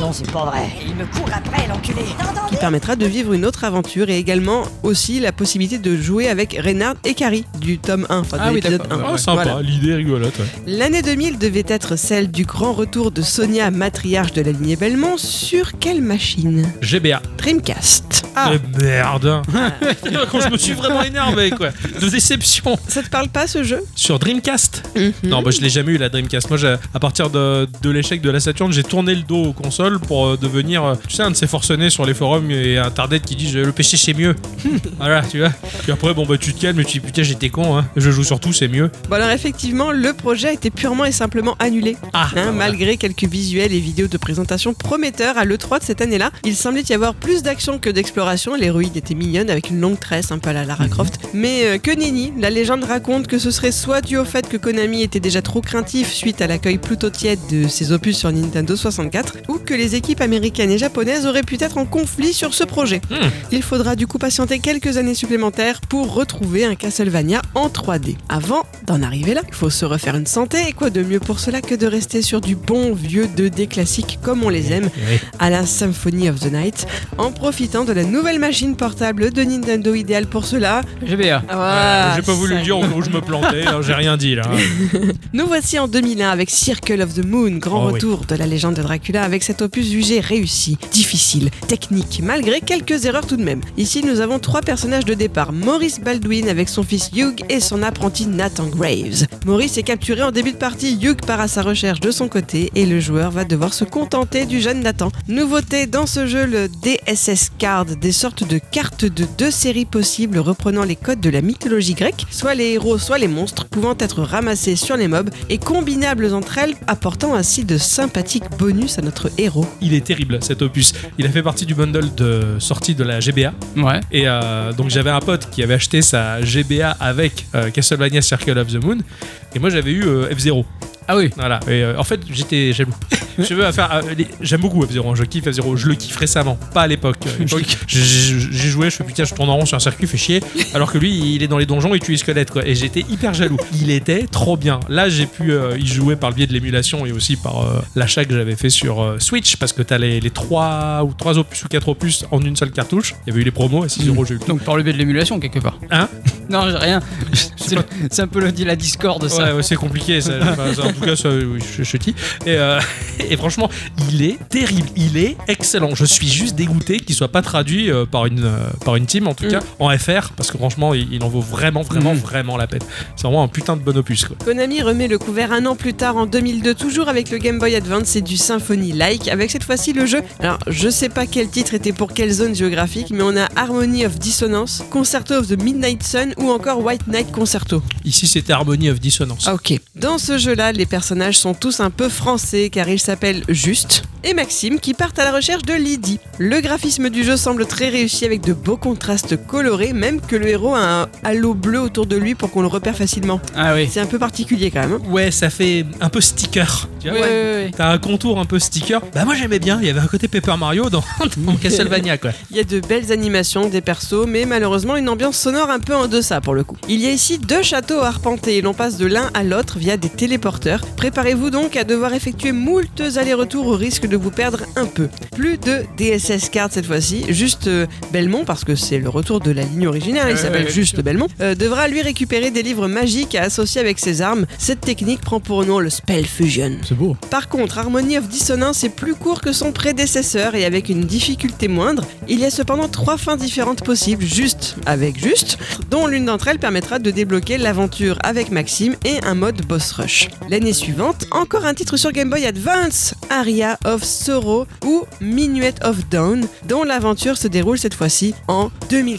Speaker 5: Non, c'est pas vrai. Il me court après, l'enculé.
Speaker 3: qui permettra de vivre une autre aventure et également aussi la possibilité de jouer avec Reynard et Carrie du tome 1, enfin de
Speaker 2: Ah oui,
Speaker 3: l'épisode
Speaker 2: d'accord.
Speaker 3: 1.
Speaker 1: Ah, sympa,
Speaker 3: Voilà.
Speaker 1: l'idée est rigolote. ouais.
Speaker 3: L'année 2000 devait être celle du grand retour de Sonia, matriarche de la lignée Belmont, sur quelle machine
Speaker 1: GBA.
Speaker 3: Dreamcast.
Speaker 2: Ah.
Speaker 1: Eh merde. Quand je me suis vraiment énervé, quoi. De déception.
Speaker 3: Ça te parle pas ce jeu
Speaker 1: Sur Dreamcast Non, bah, je l'ai jamais eu la Dreamcast. Moi, j'ai- à partir de, de l'échec de la Saturn, j'ai tourné le dos aux consoles pour euh, devenir, euh, tu sais, un de ces forcenés sur les forums et internet qui dit le péché c'est mieux. voilà, tu vois. Puis après, bon, bah, tu te calmes et tu dis putain, j'étais con, hein. Je joue sur tout, c'est mieux.
Speaker 3: Bon alors effectivement, le projet a été purement et simplement annulé.
Speaker 1: Ah,
Speaker 3: Hein,
Speaker 1: bah, voilà.
Speaker 3: Malgré quelques visuels et vidéos de présentation prometteurs à l'E3 de cette année-là, il semblait y avoir plus d'action que d'exploration. L'héroïne était mignonne avec une longue tresse, un peu à la
Speaker 1: Mhm.
Speaker 3: Lara Croft. Mais euh, que nenni, la légende raconte que ce serait soit dû au fait que Konami était déjà trop craintif suite à l'accueil plutôt tiède de ses opus sur Nintendo 64, ou que les équipes américaines et japonaises auraient pu être en conflit sur ce projet. Il faudra du coup patienter quelques années supplémentaires pour retrouver un Castlevania en 3D. Avant d'en arriver là, il faut se refaire une santé et quoi de mieux pour cela que de rester sur du bon vieux 2D classique comme on les aime,
Speaker 1: Ouais.
Speaker 3: à la Symphony of the Night, en profitant de la nouvelle machine portable de Nintendo idéale pour cela.
Speaker 2: GBA.
Speaker 3: Ah,
Speaker 1: Euh, j'ai pas voulu
Speaker 3: ça-
Speaker 1: le dire où je me plantais, hein, j'ai rien dit là.
Speaker 3: Nous voici en 2001 avec Circle of the Moon, grand
Speaker 1: Oh oui.
Speaker 3: retour de la légende de Dracula avec cet opus jugé réussi, difficile, technique, malgré quelques erreurs tout de même. Ici, nous avons trois personnages de départ Maurice Baldwin avec son fils Hugh et son apprenti Nathan Graves. Maurice est capturé en début de partie, Hugh part à sa recherche de son côté et le joueur va devoir se contenter du jeune Nathan. Nouveauté dans ce jeu, le DSS Card, des sortes de cartes de deux séries possibles reprenant les codes de la mythologie grecque, soit les héros, soit les monstres, pouvant être ramassés sur les mobs et combinables entre elles, apportant ainsi de sympathiques bonus à notre héros.
Speaker 1: Il est terrible cet opus. Il a fait partie du bundle de sortie de la GBA.
Speaker 2: Ouais.
Speaker 1: Et euh, donc j'avais un pote qui avait acheté sa GBA avec euh, Castlevania Circle of the Moon. Et moi j'avais eu euh, F0.
Speaker 2: Ah oui.
Speaker 1: Voilà. Et euh, en fait j'étais jaloux. je veux faire. euh, les- J'aime beaucoup F0. Je kiffe F0. Je le kiffe récemment. Pas à l'époque. À l'époque, J'ai j'ai- j'ai joué. Je fais putain. Je tourne en rond sur un circuit. Fait chier. Alors que lui il est dans les donjons et tue les squelettes quoi. Et j'étais hyper jaloux. Il était trop bien. Là j'ai pu euh, y jouer par le biais de l'émulation et aussi par euh, l'achat que j'avais fait sur euh, Switch parce que t'as les, les 3 ou trois opus ou quatre opus en une seule cartouche. Il y avait eu les promos à 6 euros. J'ai eu le
Speaker 2: Donc par le biais de l'émulation quelque part.
Speaker 1: Hein
Speaker 2: Non, j'ai rien. C'est c'est un peu le, la discorde, ça.
Speaker 1: Ouais, ouais, c'est compliqué. Ça. Enfin, ça, en tout cas, ça, oui, je, je dis. Et, euh, et franchement, il est terrible. Il est excellent. Je suis juste dégoûté qu'il soit pas traduit euh, par une euh, par une team en tout
Speaker 3: Mm.
Speaker 1: cas en FR parce que franchement, il, il en vaut vraiment, vraiment,
Speaker 2: Mm.
Speaker 1: vraiment la peine. C'est vraiment un putain de bon opus. Quoi.
Speaker 3: Konami remet le couvert un an plus tard en 2002, toujours avec le Game Boy Advance et du Symphony Like, avec cette fois-ci le jeu. Alors, je sais pas quel titre était pour quelle zone géographique, mais on a Harmony of Dissonance, Concerto of the Midnight Sun ou encore White Night Concerto.
Speaker 1: Ici, c'était Harmony of Dissonance.
Speaker 3: Ah, ok. Dans ce jeu-là, les personnages sont tous un peu français car ils s'appellent Juste et Maxime qui partent à la recherche de Lydie. Le graphisme du jeu semble très réussi avec de beaux contrastes colorés, même que le héros a un halo bleu autour de lui pour qu'on le repère facilement.
Speaker 2: Ah oui.
Speaker 3: C'est un peu particulier quand même. hein.
Speaker 1: Ouais, ça fait un peu sticker. Tu vois, ouais. T'as un contour un peu sticker. Bah moi j'aimais bien, il y avait un côté Paper Mario dans, dans Castlevania quoi.
Speaker 3: Il y a de belles animations, des persos, mais malheureusement une ambiance sonore un peu en deçà pour le coup. Il y a ici deux châteaux à arpenter et l'on passe de l'un à l'autre via des téléporteurs. Préparez-vous donc à devoir effectuer moultes allers-retours au risque de vous perdre un peu. Plus de DSS cards cette fois-ci, juste euh, Belmont, parce que c'est le retour de la ligne originale, il
Speaker 2: Ouais,
Speaker 3: s'appelle
Speaker 2: ouais,
Speaker 3: juste Belmont, euh, devra lui récupérer des livres magiques à associer avec ses armes. Cette technique prend pour nom le Spell Fusion.
Speaker 6: C'est beau.
Speaker 3: Par contre, Harmony of Dissonance est plus court que son prédécesseur et avec une difficulté moindre. Il y a cependant trois fins différentes possibles, juste avec juste, dont l'une d'entre elles permettra de débloquer l'aventure avec Maxime et un mode boss rush. L'année suivante, encore un titre sur Game Boy Advance, Aria of Sorrow ou Minuet of Dawn, dont l'aventure se déroule cette fois-ci en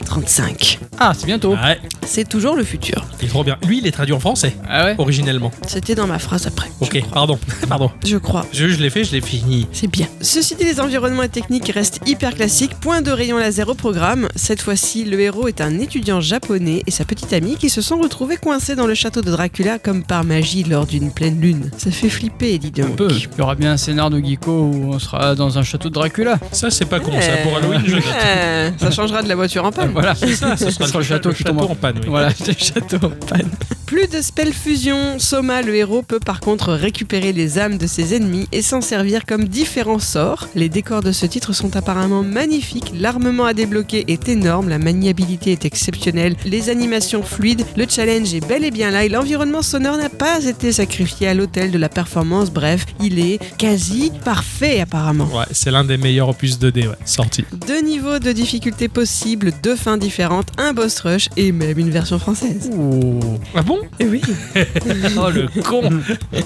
Speaker 3: 2035.
Speaker 2: Ah, c'est bientôt.
Speaker 1: Ouais,
Speaker 3: C'est toujours le futur.
Speaker 1: il est trop bien. Lui, il est traduit en français
Speaker 2: Ah ouais
Speaker 1: originellement.
Speaker 3: C'était dans ma phrase après.
Speaker 1: Ok, pardon, pardon.
Speaker 3: Je crois.
Speaker 1: Je, je l'ai fait, je l'ai fini.
Speaker 3: C'est bien. Ceci dit, les environnements et techniques restent hyper classiques. Point de rayon laser au programme. Cette fois-ci, le héros est un étudiant japonais et sa petite amie qui se sont retrouvés coincés dans le château de Dracula comme par magie lors d'une pleine lune. Ça fait flipper,
Speaker 1: Oh,
Speaker 3: dis donc.
Speaker 2: Un peu. Il y aura bien un scénar de Geeko où on sera dans un château de Dracula.
Speaker 1: Ça, c'est pas con, ça. Pour Halloween, je note.
Speaker 3: Euh, ça changera de la voiture en panne.
Speaker 2: Voilà.
Speaker 1: Ça, ce
Speaker 2: sera le château qui tombe.
Speaker 1: en panne. oui.
Speaker 2: Voilà, c'est le château en panne.
Speaker 3: Plus de spell fusion, Soma le héros peut par contre récupérer les âmes de ses ennemis et s'en servir comme différents sorts. Les décors de ce titre sont apparemment magnifiques, l'armement à débloquer est énorme, la maniabilité est exceptionnelle, les animations fluides, le challenge est bel et bien là et l'environnement sonore n'a pas été sacrifié à l'hôtel de la performance, bref, il est quasi parfait apparemment.
Speaker 1: Ouais, c'est l'un des meilleurs opus 2D ouais, sorti.
Speaker 3: Deux niveaux de difficulté possibles, deux fins différentes, un boss rush et même une version française.
Speaker 1: Ah bon
Speaker 3: Et oui
Speaker 1: Oh le con
Speaker 2: Bah,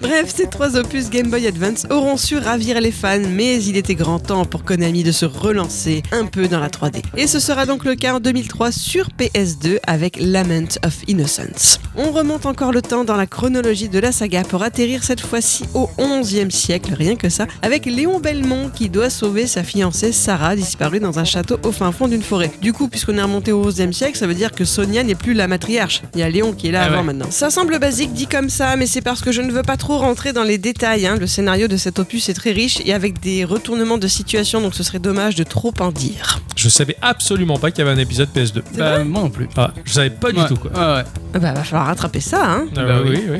Speaker 3: Bref, ces trois opus Game Boy Advance auront su ravir les fans, mais il était grand temps pour Konami de se relancer un peu dans la 3D. Et ce sera donc le cas en 2003 sur PS2 avec Lament of Innocence. On remonte encore le temps dans la chronologie de la saga pour atterrir cette fois-ci au 11e siècle, rien que ça, avec Léon Belmont qui doit sauver sa fiancée Sarah disparue dans un château au fin fond d'une forêt. Du coup, puisqu'on est remonté au 11e siècle, ça veut dire que Sonia n'est plus la matriarche. Il y a Léon qui est là
Speaker 2: Ah
Speaker 3: avant
Speaker 2: ouais.
Speaker 3: maintenant. Ça semble basique dit comme ça, mais c'est parce que je ne veux pas trop rentrer dans les détails. hein. Le scénario de cet opus est très riche et avec des retournements de situation, donc ce serait dommage de trop en dire.
Speaker 1: Je savais absolument pas qu'il y avait un épisode PS2.
Speaker 3: C'est
Speaker 2: Bah, moi non plus.
Speaker 1: Ah, je savais pas
Speaker 2: Ouais,
Speaker 1: du tout quoi.
Speaker 2: Ouais,
Speaker 3: Ah Bah, va falloir rattraper ça, hein.
Speaker 1: Ah,
Speaker 2: Bah
Speaker 1: oui, oui.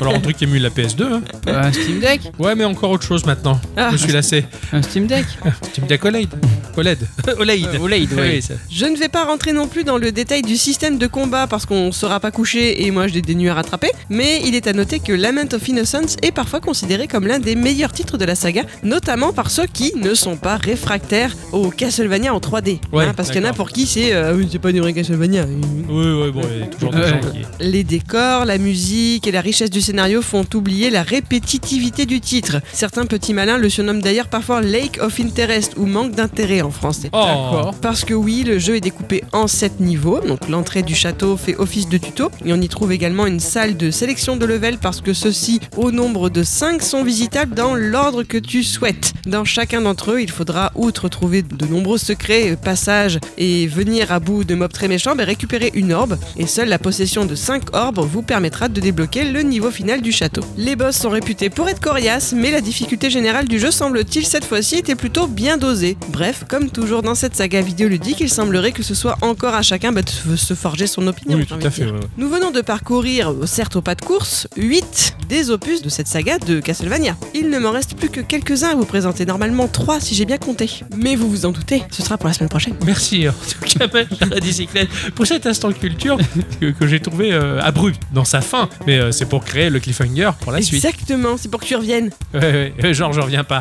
Speaker 1: Alors un truc émule la PS2. hein.
Speaker 2: ouais. Bah, Un Steam Deck
Speaker 1: Ouais, mais encore autre chose maintenant.
Speaker 3: Ah.
Speaker 1: Je suis lassé.
Speaker 2: Un Steam Deck
Speaker 1: Tu me dis OLED OLED. OLED.
Speaker 2: Euh, OLED, oui.
Speaker 1: ça.
Speaker 3: Je ne vais pas rentrer non plus dans le détail du système de combat parce qu'on ne sera pas couché et moi j'ai des nuits à rattraper, mais il est à noter que Lament of Innocence est parfois considéré comme l'un des meilleurs titres de la saga, notamment par ceux qui ne sont pas réfractaires au Castlevania en 3D.
Speaker 1: Ouais,
Speaker 3: parce qu'il y en a
Speaker 1: d'accord.
Speaker 3: pour qui c'est euh, Ah oui, c'est pas du vrai Castlevania.
Speaker 1: Oui, oui, bon, il y a toujours des
Speaker 2: Ouais.
Speaker 1: gens qui.
Speaker 3: Les décors, la musique et la richesse du scénario font oublier la répétitivité du titre. Certains petits malins le surnomment d'ailleurs parfois Lake of Interest ou manque d'intérêt en français.
Speaker 1: Oh
Speaker 2: D'accord.
Speaker 3: Parce que oui, le jeu est découpé en 7 niveaux, donc l'entrée du château fait office de tuto, et on y trouve également une salle de sélection de level parce que ceux-ci, au nombre de 5, sont visitables dans l'ordre que tu souhaites. Dans chacun d'entre eux, il faudra, outre trouver de nombreux secrets, euh, passages, et venir à bout de mobs très méchants, mais récupérer une orbe, et seule la possession de 5 orbes vous permettra de débloquer le niveau final du château. Les boss sont réputés pour être coriaces, mais la difficulté générale du jeu semble-t-il cette fois-ci était plutôt bien dosée. Bref, comme toujours dans cette saga vidéoludique, il semblerait que ce soit encore à chacun bah, de se forger son opinion.
Speaker 1: Oui, tout
Speaker 3: j'ai envie
Speaker 1: à
Speaker 3: de
Speaker 1: fait.
Speaker 3: dire.
Speaker 1: ouais, ouais.
Speaker 3: Nous venons de parcourir, certes au pas de course, 8 des opus de cette saga de Castlevania. Il ne m'en reste plus que quelques-uns à vous présenter, normalement 3 si j'ai bien compté. Mais vous vous en doutez, ce sera pour la semaine prochaine.
Speaker 1: Merci en tout cas, Maître à la bicyclette, pour cet instant culture que, que j'ai trouvé euh, abrupt dans sa fin. Mais euh, c'est pour créer le cliffhanger pour la suite.
Speaker 3: Exactement, c'est pour que tu reviennes.
Speaker 1: Ouais, ouais, ouais, genre, je reviens pas.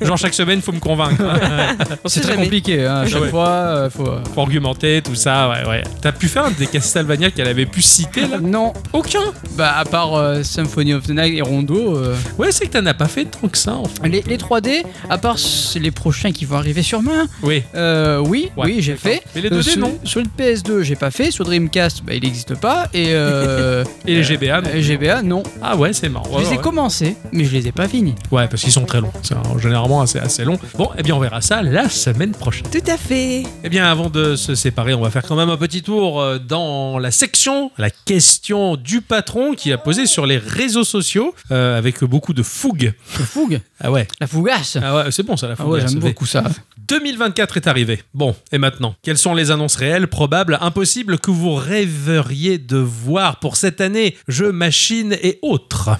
Speaker 1: genre, chaque semaine, faut me convaincre. hein.
Speaker 3: On
Speaker 2: C'est
Speaker 3: sait
Speaker 2: très
Speaker 3: jamais.
Speaker 2: compliqué, hein, à chaque
Speaker 1: Ah Ouais.
Speaker 2: fois, euh, faut... euh,
Speaker 1: Faut argumenter, tout ça, ouais, ouais. T'as pu faire un des Castlevania qu'elle avait pu citer, là
Speaker 2: Non,
Speaker 1: Aucun
Speaker 2: bah à part euh, Symphony of the Night et Rondo, euh,
Speaker 1: Ouais, c'est que t'en as pas fait tant que ça, en fait.
Speaker 2: les, les 3D, à part c- les prochains qui vont arriver sur main,
Speaker 1: Oui.
Speaker 2: euh, oui,
Speaker 1: Ouais,
Speaker 2: oui j'ai
Speaker 1: d'accord.
Speaker 2: fait.
Speaker 1: Mais les 2D,
Speaker 2: Euh, sur,
Speaker 1: non.
Speaker 2: Sur le PS2, j'ai pas fait. Sur Dreamcast, bah, il n'existe pas. Et, euh,
Speaker 1: Et les GBA, non.
Speaker 2: euh, GBA, non.
Speaker 1: Ah ouais, c'est marrant. Ouais,
Speaker 2: je les ai
Speaker 1: ouais.
Speaker 2: commencés, mais je les ai pas finis.
Speaker 1: Ouais, parce qu'ils sont très longs. C'est euh, généralement assez, assez long. Bon, eh bien, on verra ça la semaine prochaine.
Speaker 3: Tout à fait.
Speaker 1: Eh bien, avant de se séparer, on va faire quand même un petit tour euh, dans la section, la question du patron qui a posé sur les réseaux sociaux euh, avec beaucoup de fougue.
Speaker 2: La fougue,
Speaker 1: Ah ouais,
Speaker 2: la fougasse.
Speaker 1: ah ouais c'est bon ça, la
Speaker 2: Ah
Speaker 1: fougue.
Speaker 2: ouais,
Speaker 1: ça
Speaker 2: j'aime
Speaker 1: fait-
Speaker 2: beaucoup ça.
Speaker 1: 2024 est arrivé. Bon, et maintenant Quelles sont les annonces réelles, probables, impossibles que vous rêveriez de voir pour cette année Jeux, machines et autres.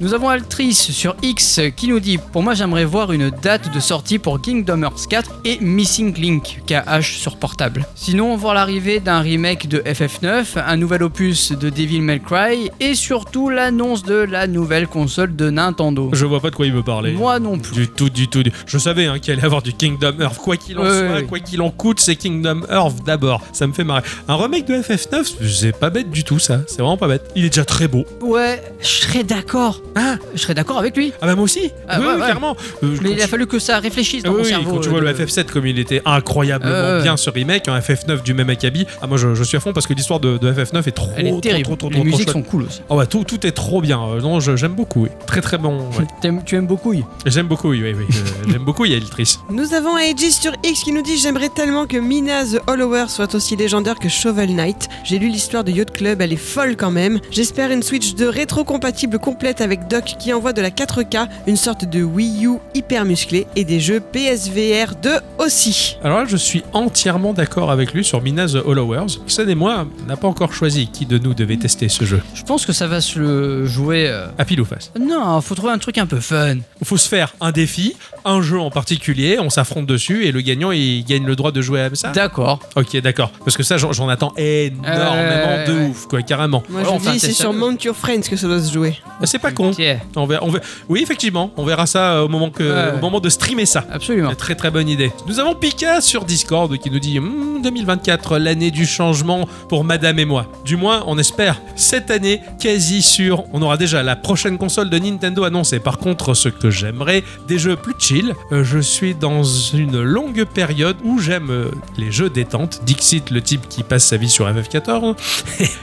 Speaker 2: Nous avons Altrice sur X qui nous dit Pour moi, j'aimerais voir une date de sortie pour Kingdom Hearts 4 et Missing Link KH sur portable. Sinon, voir l'arrivée d'un remake de FF9, un nouvel opus de Devil May Cry et surtout l'annonce de la nouvelle console de Nintendo.
Speaker 1: Je vois pas de quoi il veut parler.
Speaker 2: Moi non plus.
Speaker 1: Du tout, du tout. du- Je savais hein, qu'il allait avoir du Kingdom Hearts. Quoi qu'il en
Speaker 2: Ouais,
Speaker 1: soit,
Speaker 2: ouais, ouais.
Speaker 1: quoi qu'il en coûte, c'est Kingdom Hearts d'abord. Ça me fait marrer. Un remake de FF9, c'est pas bête du tout, ça. C'est vraiment pas bête. Il est déjà très beau.
Speaker 2: Ouais, je serais d'accord.
Speaker 1: Ah,
Speaker 2: Je serais d'accord avec lui.
Speaker 1: ah bah moi aussi.
Speaker 2: Ah,
Speaker 1: oui,
Speaker 2: ouais,
Speaker 1: oui,
Speaker 2: ouais.
Speaker 1: clairement. Euh,
Speaker 2: Mais
Speaker 1: quand
Speaker 2: il a
Speaker 1: tu-
Speaker 2: fallu que ça réfléchisse
Speaker 1: Ah
Speaker 2: dans
Speaker 1: oui,
Speaker 2: mon
Speaker 1: oui,
Speaker 2: cerveau.
Speaker 1: quand tu vois
Speaker 2: euh,
Speaker 1: le
Speaker 2: de-
Speaker 1: FF7 comme il était incroyablement
Speaker 2: Euh, ouais.
Speaker 1: bien ce remake, un FF9 du même acabit, ah moi je, je suis à fond parce que l'histoire de, de FF9 est trop,
Speaker 2: Elle est
Speaker 1: trop,
Speaker 2: terrible.
Speaker 1: trop, trop,
Speaker 2: Les
Speaker 1: trop, trop
Speaker 2: musiques
Speaker 1: chouette.
Speaker 2: sont cool aussi.
Speaker 1: Ah ouais, tout, tout est trop bien. Euh, non, je- j'aime beaucoup. oui. Très très bon. ouais.
Speaker 2: T'aimes- tu aimes beaucoup oui.
Speaker 1: J'aime beaucoup, oui, oui, oui. Euh, j'aime beaucoup Yaeltrice.
Speaker 3: Nous avons Aegis sur X qui nous dit J'aimerais tellement que Mina the Hollower soit aussi légendaire que Shovel Knight. J'ai lu l'histoire de Yacht Club, elle est folle quand même. J'espère une Switch de rétro-compatible complète avec Doc qui envoie de la 4K, une sorte de Wii U hyper musclée et des jeux PSVR 2 aussi.
Speaker 1: Alors là, je suis entièrement d'accord avec lui sur Mina the Hollowers. Xen et moi on n'a pas encore choisi qui de nous devait tester ce jeu.
Speaker 2: Je pense que ça va se le jouer. euh,
Speaker 1: À pile ou face.
Speaker 2: Non, faut trouver un truc un peu fun.
Speaker 1: Il faut se faire un défi, un jeu en particulier, on s'affronte dessus et le gagnant, il gagne le droit de jouer à ça.
Speaker 2: D'accord.
Speaker 1: Ok, d'accord. Parce que ça, j'en j'en attends énormément
Speaker 2: Euh,
Speaker 1: de
Speaker 2: ouais.
Speaker 1: ouf, quoi, carrément.
Speaker 3: Moi
Speaker 2: Ouais,
Speaker 3: je
Speaker 2: enfin,
Speaker 3: dis,
Speaker 2: c'est
Speaker 3: c'est
Speaker 2: ça.
Speaker 3: sur Mount Your Friends que ça doit se jouer.
Speaker 1: C'est pas con.
Speaker 2: Tiens,
Speaker 1: On verra, on verra- Oui, effectivement, on verra ça euh, au moment, que,
Speaker 2: Ouais.
Speaker 1: au moment de streamer ça.
Speaker 2: absolument.
Speaker 1: Une Très très bonne idée. Nous avons Pika sur Discord qui nous dit Hmm, 2024, l'année du changement pour Madame et moi. Du moins, on espère. Cette année, quasi sûr, on aura déjà la prochaine console de Nintendo annoncée. Par contre, ce que j'aimerais, des jeux plus chill. Euh, je suis dans une longue période où j'aime euh, les jeux détente. Dixit, le type qui passe sa vie sur FF14.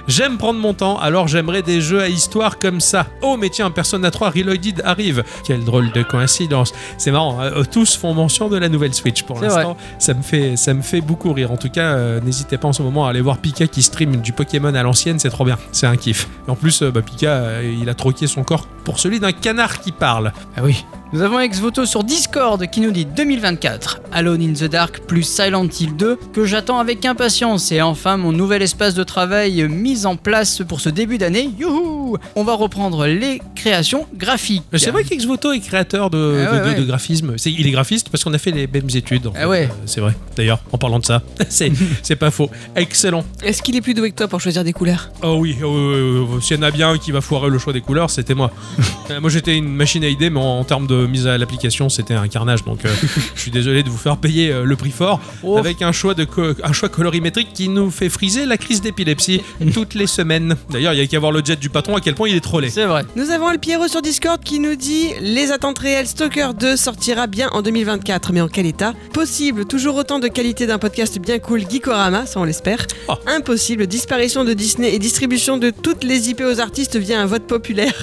Speaker 1: J'aime prendre mon temps, alors j'aimerais des jeux à histoire comme ça. Oh, mais tiens, Persona 3 Reloaded arrive. Quelle drôle de coïncidence. C'est marrant, hein, tous font mention de la nouvelle Switch pour
Speaker 2: C'est
Speaker 1: l'instant. Ça me fait ça me fait beaucoup rire. En tout cas, euh, n'hésitez pas en ce moment à aller voir Pika qui stream du Pokémon à l'ancienne, c'est trop bien. C'est un kiff. Et en plus, euh, bah, Pika, euh, il a troqué son corps pour celui d'un canard qui parle.
Speaker 2: Ah oui. Nous avons Exvoto sur Discord qui nous dit 2024, Alone in the Dark plus Silent Hill 2 que j'attends avec impatience et enfin mon nouvel espace de travail mis en place pour ce début d'année. Youhou On va reprendre les créations graphiques.
Speaker 1: Mais Euh, C'est vrai qu'Exvoto est créateur de,
Speaker 2: Ah ouais,
Speaker 1: de- de- de
Speaker 2: ouais.
Speaker 1: graphisme. C'est- il est graphiste parce qu'on a fait les mêmes études. en
Speaker 2: Ah
Speaker 1: fait.
Speaker 2: ouais.
Speaker 1: Euh, C'est vrai. D'ailleurs, en parlant de ça, c'est c'est pas faux. Excellent.
Speaker 3: Est-ce qu'il est plus doué que toi pour choisir des couleurs
Speaker 1: Oh oui, oh, oui, oui, oui. s'il y en a bien un qui va foirer le choix des couleurs, c'était moi. Euh, moi j'étais une machine à idées, mais en, en termes de mise à l'application, c'était un carnage. Donc euh, je suis désolé de vous faire payer euh, le prix fort
Speaker 2: Oh.
Speaker 1: avec un choix, de co- un choix colorimétrique qui nous fait friser la crise d'épilepsie toutes les semaines. D'ailleurs, il y a qu'à voir le jet du patron à quel point il est trollé.
Speaker 2: C'est vrai.
Speaker 3: Nous avons El Piero sur Discord qui nous dit Les attentes réelles, Stalker 2 sortira bien en 2024, mais en quel état Possible, toujours autant de qualité d'un podcast bien cool, Geekorama, ça on l'espère.
Speaker 1: Oh.
Speaker 3: Impossible, disparition de Disney et distribution de toutes les IP aux artistes via un vote populaire.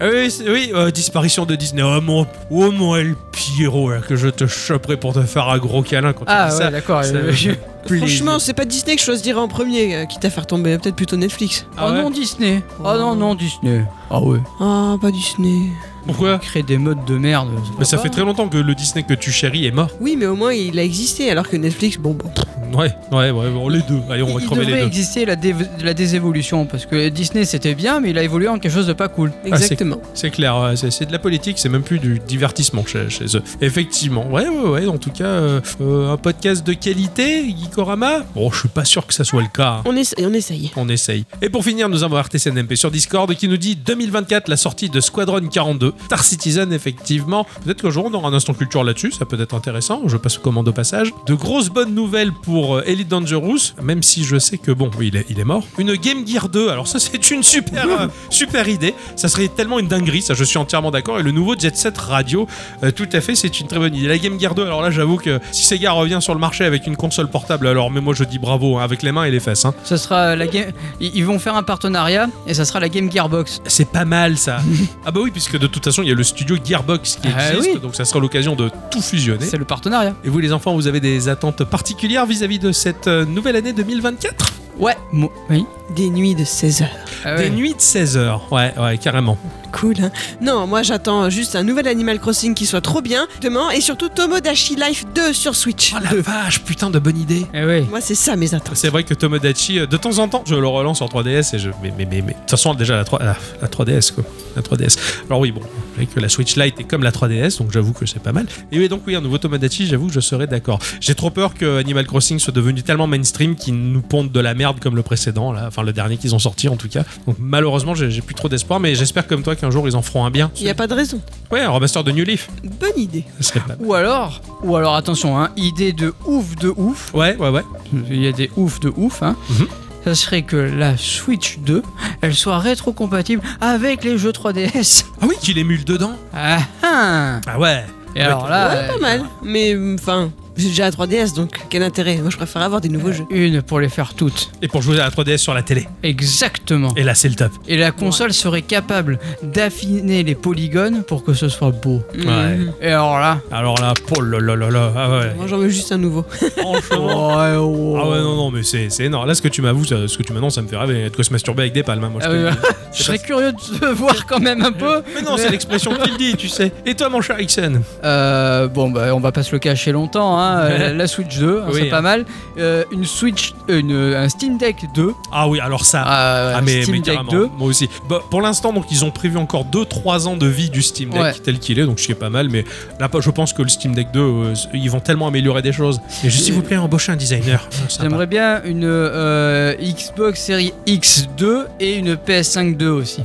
Speaker 1: Ah Oui, c'est- oui euh, disparition de Disney. Oh mon, oh mon El Pierrot, là, que je te choperai pour te faire un gros câlin quand
Speaker 2: Ah
Speaker 1: tu dis
Speaker 2: ouais, d'accord.
Speaker 1: ça
Speaker 2: euh,
Speaker 1: me
Speaker 2: je-
Speaker 3: Franchement, c'est pas Disney que je choisirais en premier, euh, quitte à faire tomber euh, peut-être plutôt Netflix.
Speaker 1: Ah
Speaker 2: oh
Speaker 1: ouais
Speaker 2: non, Disney. Oh non, non, Disney. Ah ouais.
Speaker 3: Ah, pas Disney.
Speaker 1: Pourquoi
Speaker 2: Créer des modes de merde. c'est pas
Speaker 1: Mais ça
Speaker 2: grave.
Speaker 1: fait très longtemps que le Disney que tu chéris est mort.
Speaker 3: Oui, mais au moins il a existé, alors que Netflix, bon, bon.
Speaker 1: Ouais, ouais, ouais, bon, les deux. Allez, on va
Speaker 2: Il
Speaker 1: crever
Speaker 2: devrait
Speaker 1: les deux.
Speaker 2: exister la, dé- la désévolution parce que Disney c'était bien mais il a évolué en quelque chose de pas cool.
Speaker 3: Exactement.
Speaker 1: Ah, C'est clair, ouais, c'est c'est de la politique, c'est même plus du divertissement chez, chez eux. Effectivement, ouais, ouais, ouais. En tout cas, euh, euh, un podcast de qualité, Gikorama. Bon, je suis pas sûr que ça soit le cas. hein.
Speaker 3: on, essaye, on essaye.
Speaker 1: on essaye. Et pour finir, nous avons RTCNMP sur Discord qui nous dit 2024, la sortie de Squadron 42, Star Citizen, effectivement. Peut-être qu'un jour on aura un instant culture là-dessus, ça peut être intéressant. Je passe commande au passage. De grosses bonnes nouvelles pour euh, Elite Dangerous, même si je sais que bon, il est, il est mort. Une Game Gear 2, alors ça c'est une super, euh, super idée. Ça serait tellement une dinguerie, ça je suis entièrement d'accord. Et le nouveau Jet Set Radio, euh, tout à fait, c'est une très bonne idée. La Game Gear 2, alors là j'avoue que si Sega revient sur le marché avec une console portable, alors mais moi je dis bravo, hein, avec les mains et les fesses. hein.
Speaker 2: Ce sera la game. Ils ils vont faire un partenariat et ça sera la Game Gearbox.
Speaker 1: C'est pas mal ça. ah bah oui, puisque de toute façon, il y a le studio Gearbox qui
Speaker 2: Ah
Speaker 1: existe,
Speaker 2: oui.
Speaker 1: donc ça sera l'occasion de tout fusionner.
Speaker 2: C'est le partenariat.
Speaker 1: Et vous les enfants, vous avez des attentes particulières vis-à-vis de cette euh, nouvelle année 2024
Speaker 2: Ouais. Mo- oui.
Speaker 3: Des nuits de 16 heures.
Speaker 2: Ah
Speaker 1: Des
Speaker 2: ouais.
Speaker 1: nuits de 16 heures, ouais, ouais, carrément.
Speaker 3: Cool. hein. Non, moi j'attends juste un nouvel Animal Crossing qui soit trop bien demain et surtout Tomodachi Life 2 sur Switch.
Speaker 1: Oh la vache, putain de bonne idée
Speaker 2: Eh ouais.
Speaker 3: Moi c'est ça mes attentes.
Speaker 1: c'est vrai que Tomodachi, euh, de temps en temps, je le relance en 3DS et je. Mais, mais, mais, mais. De toute façon, déjà, la, 3... la, la 3DS, quoi. La 3DS. Alors, oui, bon, vous savez que la Switch Lite est comme la 3DS, donc j'avoue que c'est pas mal. Et oui, donc, oui, un nouveau Tomodachi, j'avoue que je serais d'accord. J'ai trop peur que Animal Crossing soit devenu tellement mainstream qu'il nous ponde de la merde comme le précédent, là. Enfin, le dernier qu'ils ont sorti, en tout cas. Donc, malheureusement, j'ai j'ai plus trop d'espoir, mais j'espère comme toi qu'un jour, ils en feront un bien.
Speaker 3: Il n'y a pas de raison.
Speaker 1: Ouais, un remaster de New Leaf.
Speaker 3: Bonne idée.
Speaker 1: Ça serait pas mal.
Speaker 2: Ou alors, ou alors attention, hein, idée de ouf de ouf.
Speaker 1: Ouais, ouais, ouais.
Speaker 2: Il y a des ouf de ouf. Hein.
Speaker 1: Mhm.
Speaker 2: Ça serait que la Switch 2, elle soit rétrocompatible avec les jeux 3DS.
Speaker 1: Ah oui, qu'il émule dedans.
Speaker 2: Ah, ah.
Speaker 1: Ah ouais.
Speaker 2: Et alors
Speaker 1: Ah,
Speaker 2: là,
Speaker 3: ouais, pas
Speaker 2: euh,
Speaker 3: mal. Mais enfin, j'ai déjà la 3DS donc quel intérêt Moi je préfère avoir des nouveaux jeux.
Speaker 2: une pour les faire toutes.
Speaker 1: Et pour jouer à la 3DS sur la télé.
Speaker 2: Exactement.
Speaker 1: Et là, c'est le top.
Speaker 2: Et la console serait capable d'affiner les polygones pour que ce soit beau.
Speaker 1: Ouais.
Speaker 3: Mhm.
Speaker 2: Et alors là.
Speaker 1: Alors là, oh là là là là, ah ouais.
Speaker 3: Moi j'en veux juste un nouveau.
Speaker 1: Franchement.
Speaker 2: oh,
Speaker 1: Ah ouais, non, non, mais c'est c'est énorme. Là, ce que tu m'avoues, ça- ce que tu m'annonces, ça me fait rêver de quoi se masturber avec des palmes. hein, Moi, je
Speaker 2: Ah
Speaker 1: te le
Speaker 2: ouais.
Speaker 1: dis.
Speaker 2: Je serais curieux de te voir quand même un peu.
Speaker 1: Mais non, c'est l'expression qu'il dit, tu sais. Et toi, mon cher Ixon
Speaker 2: Euh, bon, bah, on va pas se le cacher longtemps. hein. Euh, la- la Switch 2, hein,
Speaker 1: Oui,
Speaker 2: c'est
Speaker 1: hein.
Speaker 2: pas mal. Euh, une Switch, euh, une, un Steam Deck 2.
Speaker 1: Ah oui, alors ça.
Speaker 2: Ah,
Speaker 1: Ah
Speaker 2: un
Speaker 1: mais,
Speaker 2: Steam
Speaker 1: mais
Speaker 2: Deck
Speaker 1: carrément,
Speaker 2: 2.
Speaker 1: moi aussi. Bah, pour l'instant, donc ils ont prévu encore 2-3 ans de vie du Steam Deck
Speaker 2: Ouais.
Speaker 1: tel qu'il est, donc ce qui est pas mal. Mais là, je pense que le Steam Deck 2, euh, ils vont tellement améliorer des choses. Et juste, s'il vous plaît, embauchez un designer. Oh, sympa.
Speaker 2: J'aimerais bien une euh, Xbox série X2 et une PS5 2 aussi.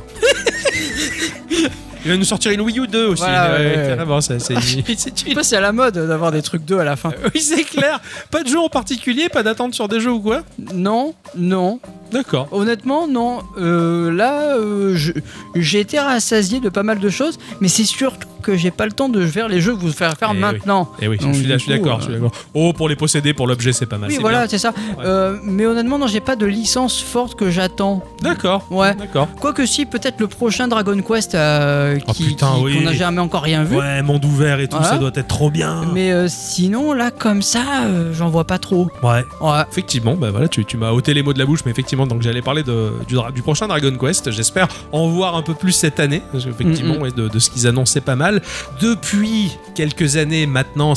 Speaker 1: Il va nous sortir une Wii U 2 aussi.
Speaker 2: Voilà,
Speaker 1: Ouais,
Speaker 2: ouais, ouais.
Speaker 1: carrément, ça, c'est- c'est
Speaker 2: Je sais pas si c'est à la mode d'avoir des trucs 2 à la fin.
Speaker 1: Oui, c'est clair. Pas de jeu en particulier, pas d'attente sur des jeux ou quoi
Speaker 2: Non, non,
Speaker 1: D'accord.
Speaker 2: Honnêtement, non. Euh, là, euh, je- j'ai été rassasié de pas mal de choses, mais c'est surtout que j'ai pas le temps de faire les jeux vous faire faire
Speaker 1: Eh oui.
Speaker 2: maintenant.
Speaker 1: Et oui,
Speaker 2: Donc,
Speaker 1: je suis, là-
Speaker 2: du
Speaker 1: je suis d'accord.
Speaker 2: coup,
Speaker 1: je suis d'accord. Oh, pour les posséder, pour l'objet, c'est pas mal.
Speaker 2: Oui,
Speaker 1: Bah, c'est
Speaker 2: voilà, c'est ça.
Speaker 1: Ouais.
Speaker 2: Euh, mais honnêtement, non, j'ai pas de licence forte que j'attends.
Speaker 1: bien. D'accord.
Speaker 2: Ouais.
Speaker 1: D'accord.
Speaker 2: Quoique si, peut-être le prochain Dragon Quest euh,
Speaker 1: Oh,
Speaker 2: qui,
Speaker 1: putain,
Speaker 2: qui-
Speaker 1: oui.
Speaker 2: qu'on n'a jamais encore rien vu.
Speaker 1: Ouais, monde ouvert et tout,
Speaker 2: Voilà.
Speaker 1: ça doit être trop bien.
Speaker 2: Mais euh, sinon, là, comme ça, euh, j'en vois pas trop.
Speaker 1: Ouais.
Speaker 2: Ouais.
Speaker 1: Effectivement, bah voilà, tu, tu m'as ôté les mots de la bouche, mais effectivement, donc j'allais parler de, du, dra- du prochain Dragon Quest. J'espère en voir un peu plus cette année, parce qu'effectivement,
Speaker 2: Mm, mm.
Speaker 1: ouais, de, de ce qu'ils annoncent, c'est pas mal. Depuis quelques années maintenant,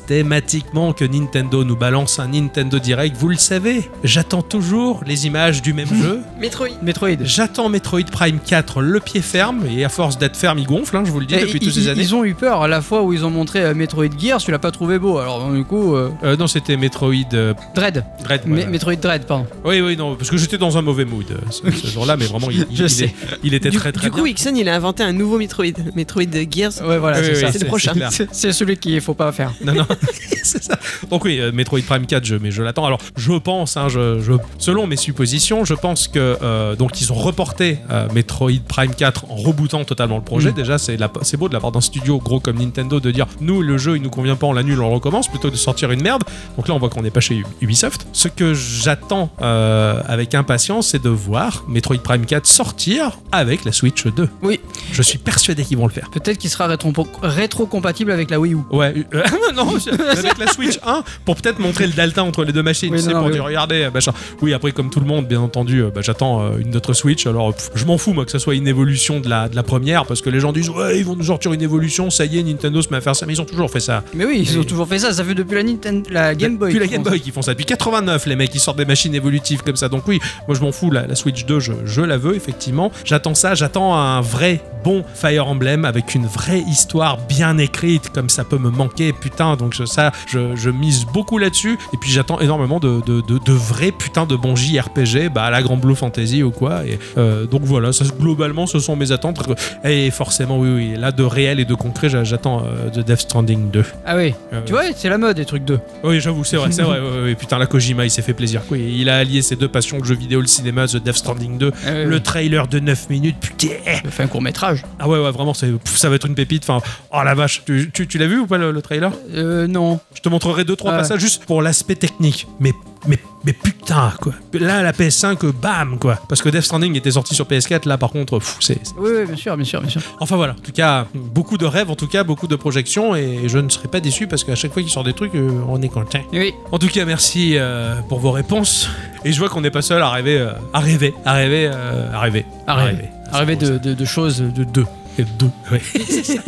Speaker 1: systématiquement que Nintendo nous balance un Nintendo Direct, vous le savez, j'attends toujours les images du même jeu.
Speaker 3: Metroid.
Speaker 2: Metroid.
Speaker 1: J'attends Metroid Prime 4 le pied ferme, et à force d'être ferme, il gonfle, hein, je vous le dis,
Speaker 2: Et
Speaker 1: depuis
Speaker 2: ils,
Speaker 1: toutes ces
Speaker 2: ils-
Speaker 1: années.
Speaker 2: ils ont eu peur à la fois où ils ont montré euh, Metroid Gear, tu l'as pas trouvé beau. Alors du coup, euh,
Speaker 1: Euh, non, c'était Metroid euh,
Speaker 2: Dread,
Speaker 1: Dread.
Speaker 2: Me-
Speaker 1: voilà.
Speaker 2: Metroid Dread, pardon.
Speaker 1: Oui, oui, non, parce que j'étais dans un mauvais mood euh, ce, ce jour-là, mais vraiment, il, il-
Speaker 2: Je
Speaker 1: il
Speaker 2: sais.
Speaker 1: est- il était
Speaker 3: Du,
Speaker 1: très très
Speaker 3: du
Speaker 1: bien.
Speaker 3: coup, Ixon il a inventé un nouveau Metroid. Metroid Gear Gears.
Speaker 2: Ouais, voilà,
Speaker 1: Oui,
Speaker 2: c'est
Speaker 1: oui,
Speaker 2: ça.
Speaker 1: c'est le prochain.
Speaker 2: C'est- C'est c'est celui qu'il faut pas faire.
Speaker 1: Non, non, c'est ça. Donc oui, euh, Metroid Prime 4, je, mais je l'attends. Alors, je pense, hein, je, je- selon mes suppositions, je pense que euh, donc ils ont reporté euh, Metroid Prime 4 en rebootant totalement le projet.
Speaker 2: Mm.
Speaker 1: Déjà, c'est la- c'est beau de la part d'un studio gros comme Nintendo de dire nous le jeu il nous convient pas, on l'annule, on le recommence plutôt que de sortir une merde. Donc là, on voit qu'on n'est pas chez Ubisoft. Ce que j'attends euh, avec impatience, c'est de voir Metroid Prime 4 sortir avec la Switch 2.
Speaker 2: Oui.
Speaker 1: Je suis persuadé qu'ils vont le faire.
Speaker 2: Peut-être qu'il sera rétro- rétro-compatible avec la Wii U.
Speaker 1: Ouais, euh, non, je- avec la Switch 1 pour peut-être montrer le delta entre les deux machines,
Speaker 2: Oui,
Speaker 1: tu sais,
Speaker 2: non,
Speaker 1: pour
Speaker 2: mais
Speaker 1: dire regardez, euh, machin. Oui, après, comme tout le monde, bien entendu, euh, bah, j'attends euh, une autre Switch. Alors, pff, je m'en fous, moi, que ça soit une évolution de la, de la première, parce que les gens disent ouais, ils vont nous sortir une évolution, ça y est, Nintendo se met à faire ça, mais ils ont toujours fait ça.
Speaker 2: Mais oui, ils ont
Speaker 1: Oui.
Speaker 2: toujours fait ça. Ça fait depuis la, Nintendo, la Game Boy.
Speaker 1: Depuis Bah, la
Speaker 2: je
Speaker 1: Game
Speaker 2: pense.
Speaker 1: Boy qui font ça. Depuis 89, les mecs, ils sortent des machines évolutives comme ça. Donc oui, moi je m'en fous, la, la Switch 2, je, je la veux, effectivement. J'attends ça, j'attends un vrai bon Fire Emblem avec une vraie histoire bien écrite, comme ça peut me manquer, putain. Donc je- ça, je, je mise beaucoup là-dessus. Et puis j'attends énormément de, de, de- de vrais putains de bons JRPG, bah à la Grand Blue Fantasy ou quoi. Et euh, donc voilà, ça, globalement, ce sont mes attentes. Et forcément, oui, oui, là, de réel et de concret, j'a- j'attends euh, The Death Stranding 2.
Speaker 2: Ah oui.
Speaker 1: Euh,
Speaker 2: Tu vois, c'est la mode, des trucs d'eux.
Speaker 1: oui, j'avoue, c'est vrai, c'est vrai. ouais, ouais, ouais. Putain, la Kojima, il s'est fait plaisir. quoi. il a allié ses deux passions, le jeu vidéo, le cinéma, The Death Stranding 2, le
Speaker 2: Le...
Speaker 1: trailer de 9 minutes, putain.
Speaker 2: Fait un court-métrage.
Speaker 1: Ah ouais, ouais, vraiment, c'est- pff, ça va être une pépite. Enfin, oh la vache, tu, tu- tu l'as vu ou pas le, le trailer
Speaker 2: Euh, non.
Speaker 1: Je te montrerai deux trois
Speaker 2: Ah ouais.
Speaker 1: passages juste pour l'aspect technique. Mais mais mais putain quoi. Là, la PS5, euh, bam quoi. Parce que Death Stranding était sorti sur PS4. Là, par contre, pff, c'est. c'est-
Speaker 2: Oui, oui, bien sûr, bien sûr, bien sûr.
Speaker 1: Enfin voilà. En tout cas, beaucoup de rêves, en tout cas, beaucoup de projections, et je ne serai pas déçu parce qu'à chaque fois qu'il sort des trucs, euh, on est content.
Speaker 2: Oui.
Speaker 1: En tout cas, merci euh, pour vos réponses. Et je vois qu'on n'est pas seul à rêver, euh, à rêver, à rêver, euh, à rêver,
Speaker 2: Arrivé. Arrivé de, de- de choses de deux.
Speaker 1: Et deux. Ouais, c'est ça.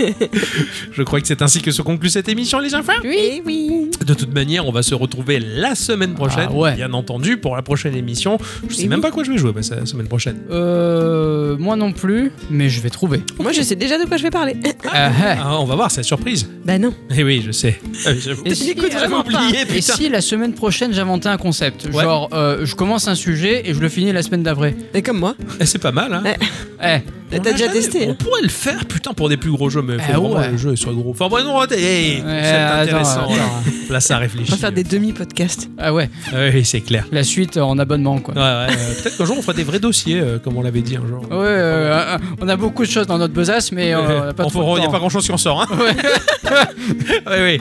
Speaker 1: je crois que c'est ainsi que se conclut cette émission, les enfants.
Speaker 3: Oui, Eh oui.
Speaker 1: De toute manière, on va se retrouver la semaine prochaine,
Speaker 2: Ah ouais.
Speaker 1: bien entendu, pour la prochaine émission. Je sais
Speaker 3: Et
Speaker 1: même
Speaker 3: oui.
Speaker 1: pas quoi je vais jouer bah, c'est la semaine prochaine.
Speaker 2: Euh, moi non plus, mais je vais trouver.
Speaker 3: Moi, je sais déjà de quoi je vais parler.
Speaker 2: Ah, ah.
Speaker 1: Ah, on va voir, c'est la surprise.
Speaker 3: bah non.
Speaker 1: Eh oui, je sais. Ah oui, j'avoue.
Speaker 2: Et si-
Speaker 3: J'écoute
Speaker 1: J'avais
Speaker 3: vraiment pas.
Speaker 1: oublié,
Speaker 2: Et
Speaker 1: Eh, putain.
Speaker 2: si la semaine prochaine j'inventais un concept
Speaker 1: Ouais.
Speaker 2: Genre, euh, je commence un sujet et je le finis la semaine d'après.
Speaker 3: Et comme moi.
Speaker 1: Eh, C'est pas mal, hein.
Speaker 3: Ouais.
Speaker 2: Eh,
Speaker 3: T'as
Speaker 1: On l'a
Speaker 3: déjà
Speaker 1: jamais-
Speaker 3: testé. hein.
Speaker 1: On pourrait le faire, putain, pour des plus gros jeux, mais faut
Speaker 2: Ah
Speaker 1: vraiment
Speaker 2: ouais.
Speaker 1: que le jeu il soit gros. Enfin, bon, non, hey,
Speaker 2: Ouais,
Speaker 1: c'est
Speaker 2: eh, attends,
Speaker 1: intéressant.
Speaker 2: attends.
Speaker 1: là. Là, ça
Speaker 3: On
Speaker 1: réfléchit.
Speaker 3: va faire des demi-podcasts.
Speaker 2: ah ouais,
Speaker 1: Ah Oui, c'est clair.
Speaker 2: la suite euh, en abonnement quoi.
Speaker 1: Ouais, ouais, euh, Peut-être qu'un jour, on fera des vrais dossiers, euh, comme on l'avait dit un jour.
Speaker 2: Ouais, euh, euh, on a beaucoup de choses dans notre besace, mais euh, on n'a pas
Speaker 1: Enfin,
Speaker 2: trop
Speaker 1: il
Speaker 2: de
Speaker 1: n'y a
Speaker 2: temps.
Speaker 1: pas grand chose qui en sort. Hein oui,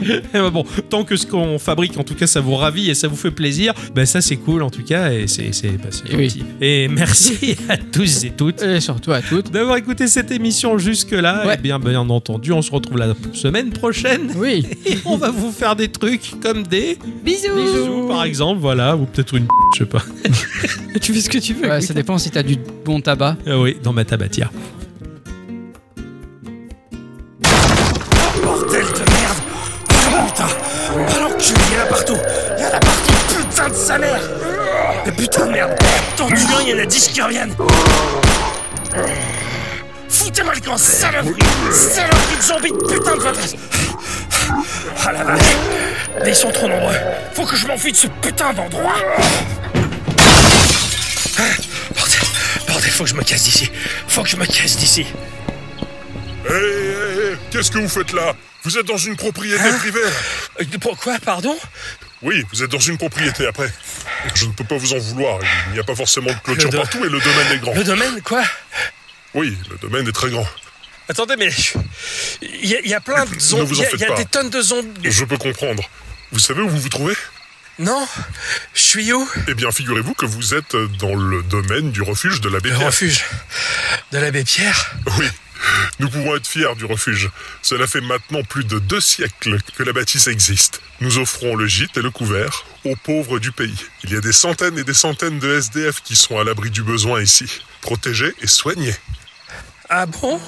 Speaker 1: oui. Eh ben Bon, tant que ce qu'on fabrique, en tout cas, ça vous ravit et ça vous fait plaisir, ben ça c'est cool en tout cas et c'est c'est- bah, c'est
Speaker 2: Et oui.
Speaker 1: gentil. Et merci à tous et toutes.
Speaker 2: Et surtout à toutes.
Speaker 1: D'avoir écouté cette émission jusque-là,
Speaker 2: Ouais.
Speaker 1: et bien, bien entendu, on se retrouve la semaine prochaine.
Speaker 2: Oui.
Speaker 1: Et on va vous faire des trucs comme des
Speaker 3: Bisous.
Speaker 1: bisous, par exemple, voilà, ou peut-être une je sais pas.
Speaker 3: Tu fais ce que tu veux.
Speaker 2: Ouais, ça dépend si t'as du bon tabac.
Speaker 1: Ah oui, dans ma tabatière.
Speaker 6: Bordel de merde Oh, Putain Alors que il y en a partout Il y en a partout Putain de sa mère Mais putain de merde T'en tues un, il y en a 10 qui reviennent Foutez-moi le camp, saloperie Saloperie de zombie de putain de votre... Ah la vache Mais ils sont trop nombreux Faut que je m'enfuis de ce putain d'endroit Ah, Bordel, bordel, faut que je me casse d'ici Faut que je me casse d'ici
Speaker 7: Hé, hé, hé, Eh, qu'est-ce que vous faites là Vous êtes dans une propriété privée là.
Speaker 6: Euh, Pourquoi, pardon
Speaker 7: Oui, vous êtes dans une propriété après. Je ne peux pas vous en vouloir, il n'y a pas forcément de clôture
Speaker 6: Le do-
Speaker 7: partout et le domaine est grand.
Speaker 6: Le domaine, quoi
Speaker 7: Oui, le domaine est très grand.
Speaker 6: Attendez, mais il y, a- il y a plein de
Speaker 7: Ne
Speaker 6: zombies.
Speaker 7: vous
Speaker 6: Il y
Speaker 7: en
Speaker 6: a- il y,
Speaker 7: faites
Speaker 6: a
Speaker 7: pas.
Speaker 6: des tonnes de zombies.
Speaker 7: Je peux comprendre. Vous savez où vous vous trouvez
Speaker 6: Non Je suis où
Speaker 7: Eh bien, figurez-vous que vous êtes dans le domaine du refuge de la
Speaker 6: Le
Speaker 7: Pierre.
Speaker 6: refuge de l'abbé Pierre.
Speaker 7: Oui, nous pouvons être fiers du refuge. Cela fait maintenant plus de deux siècles que la bâtisse existe. Nous offrons le gîte et le couvert aux pauvres du pays. Il y a des centaines et des centaines de SDF qui sont à l'abri du besoin ici, protégés et soignés.
Speaker 6: Ah bon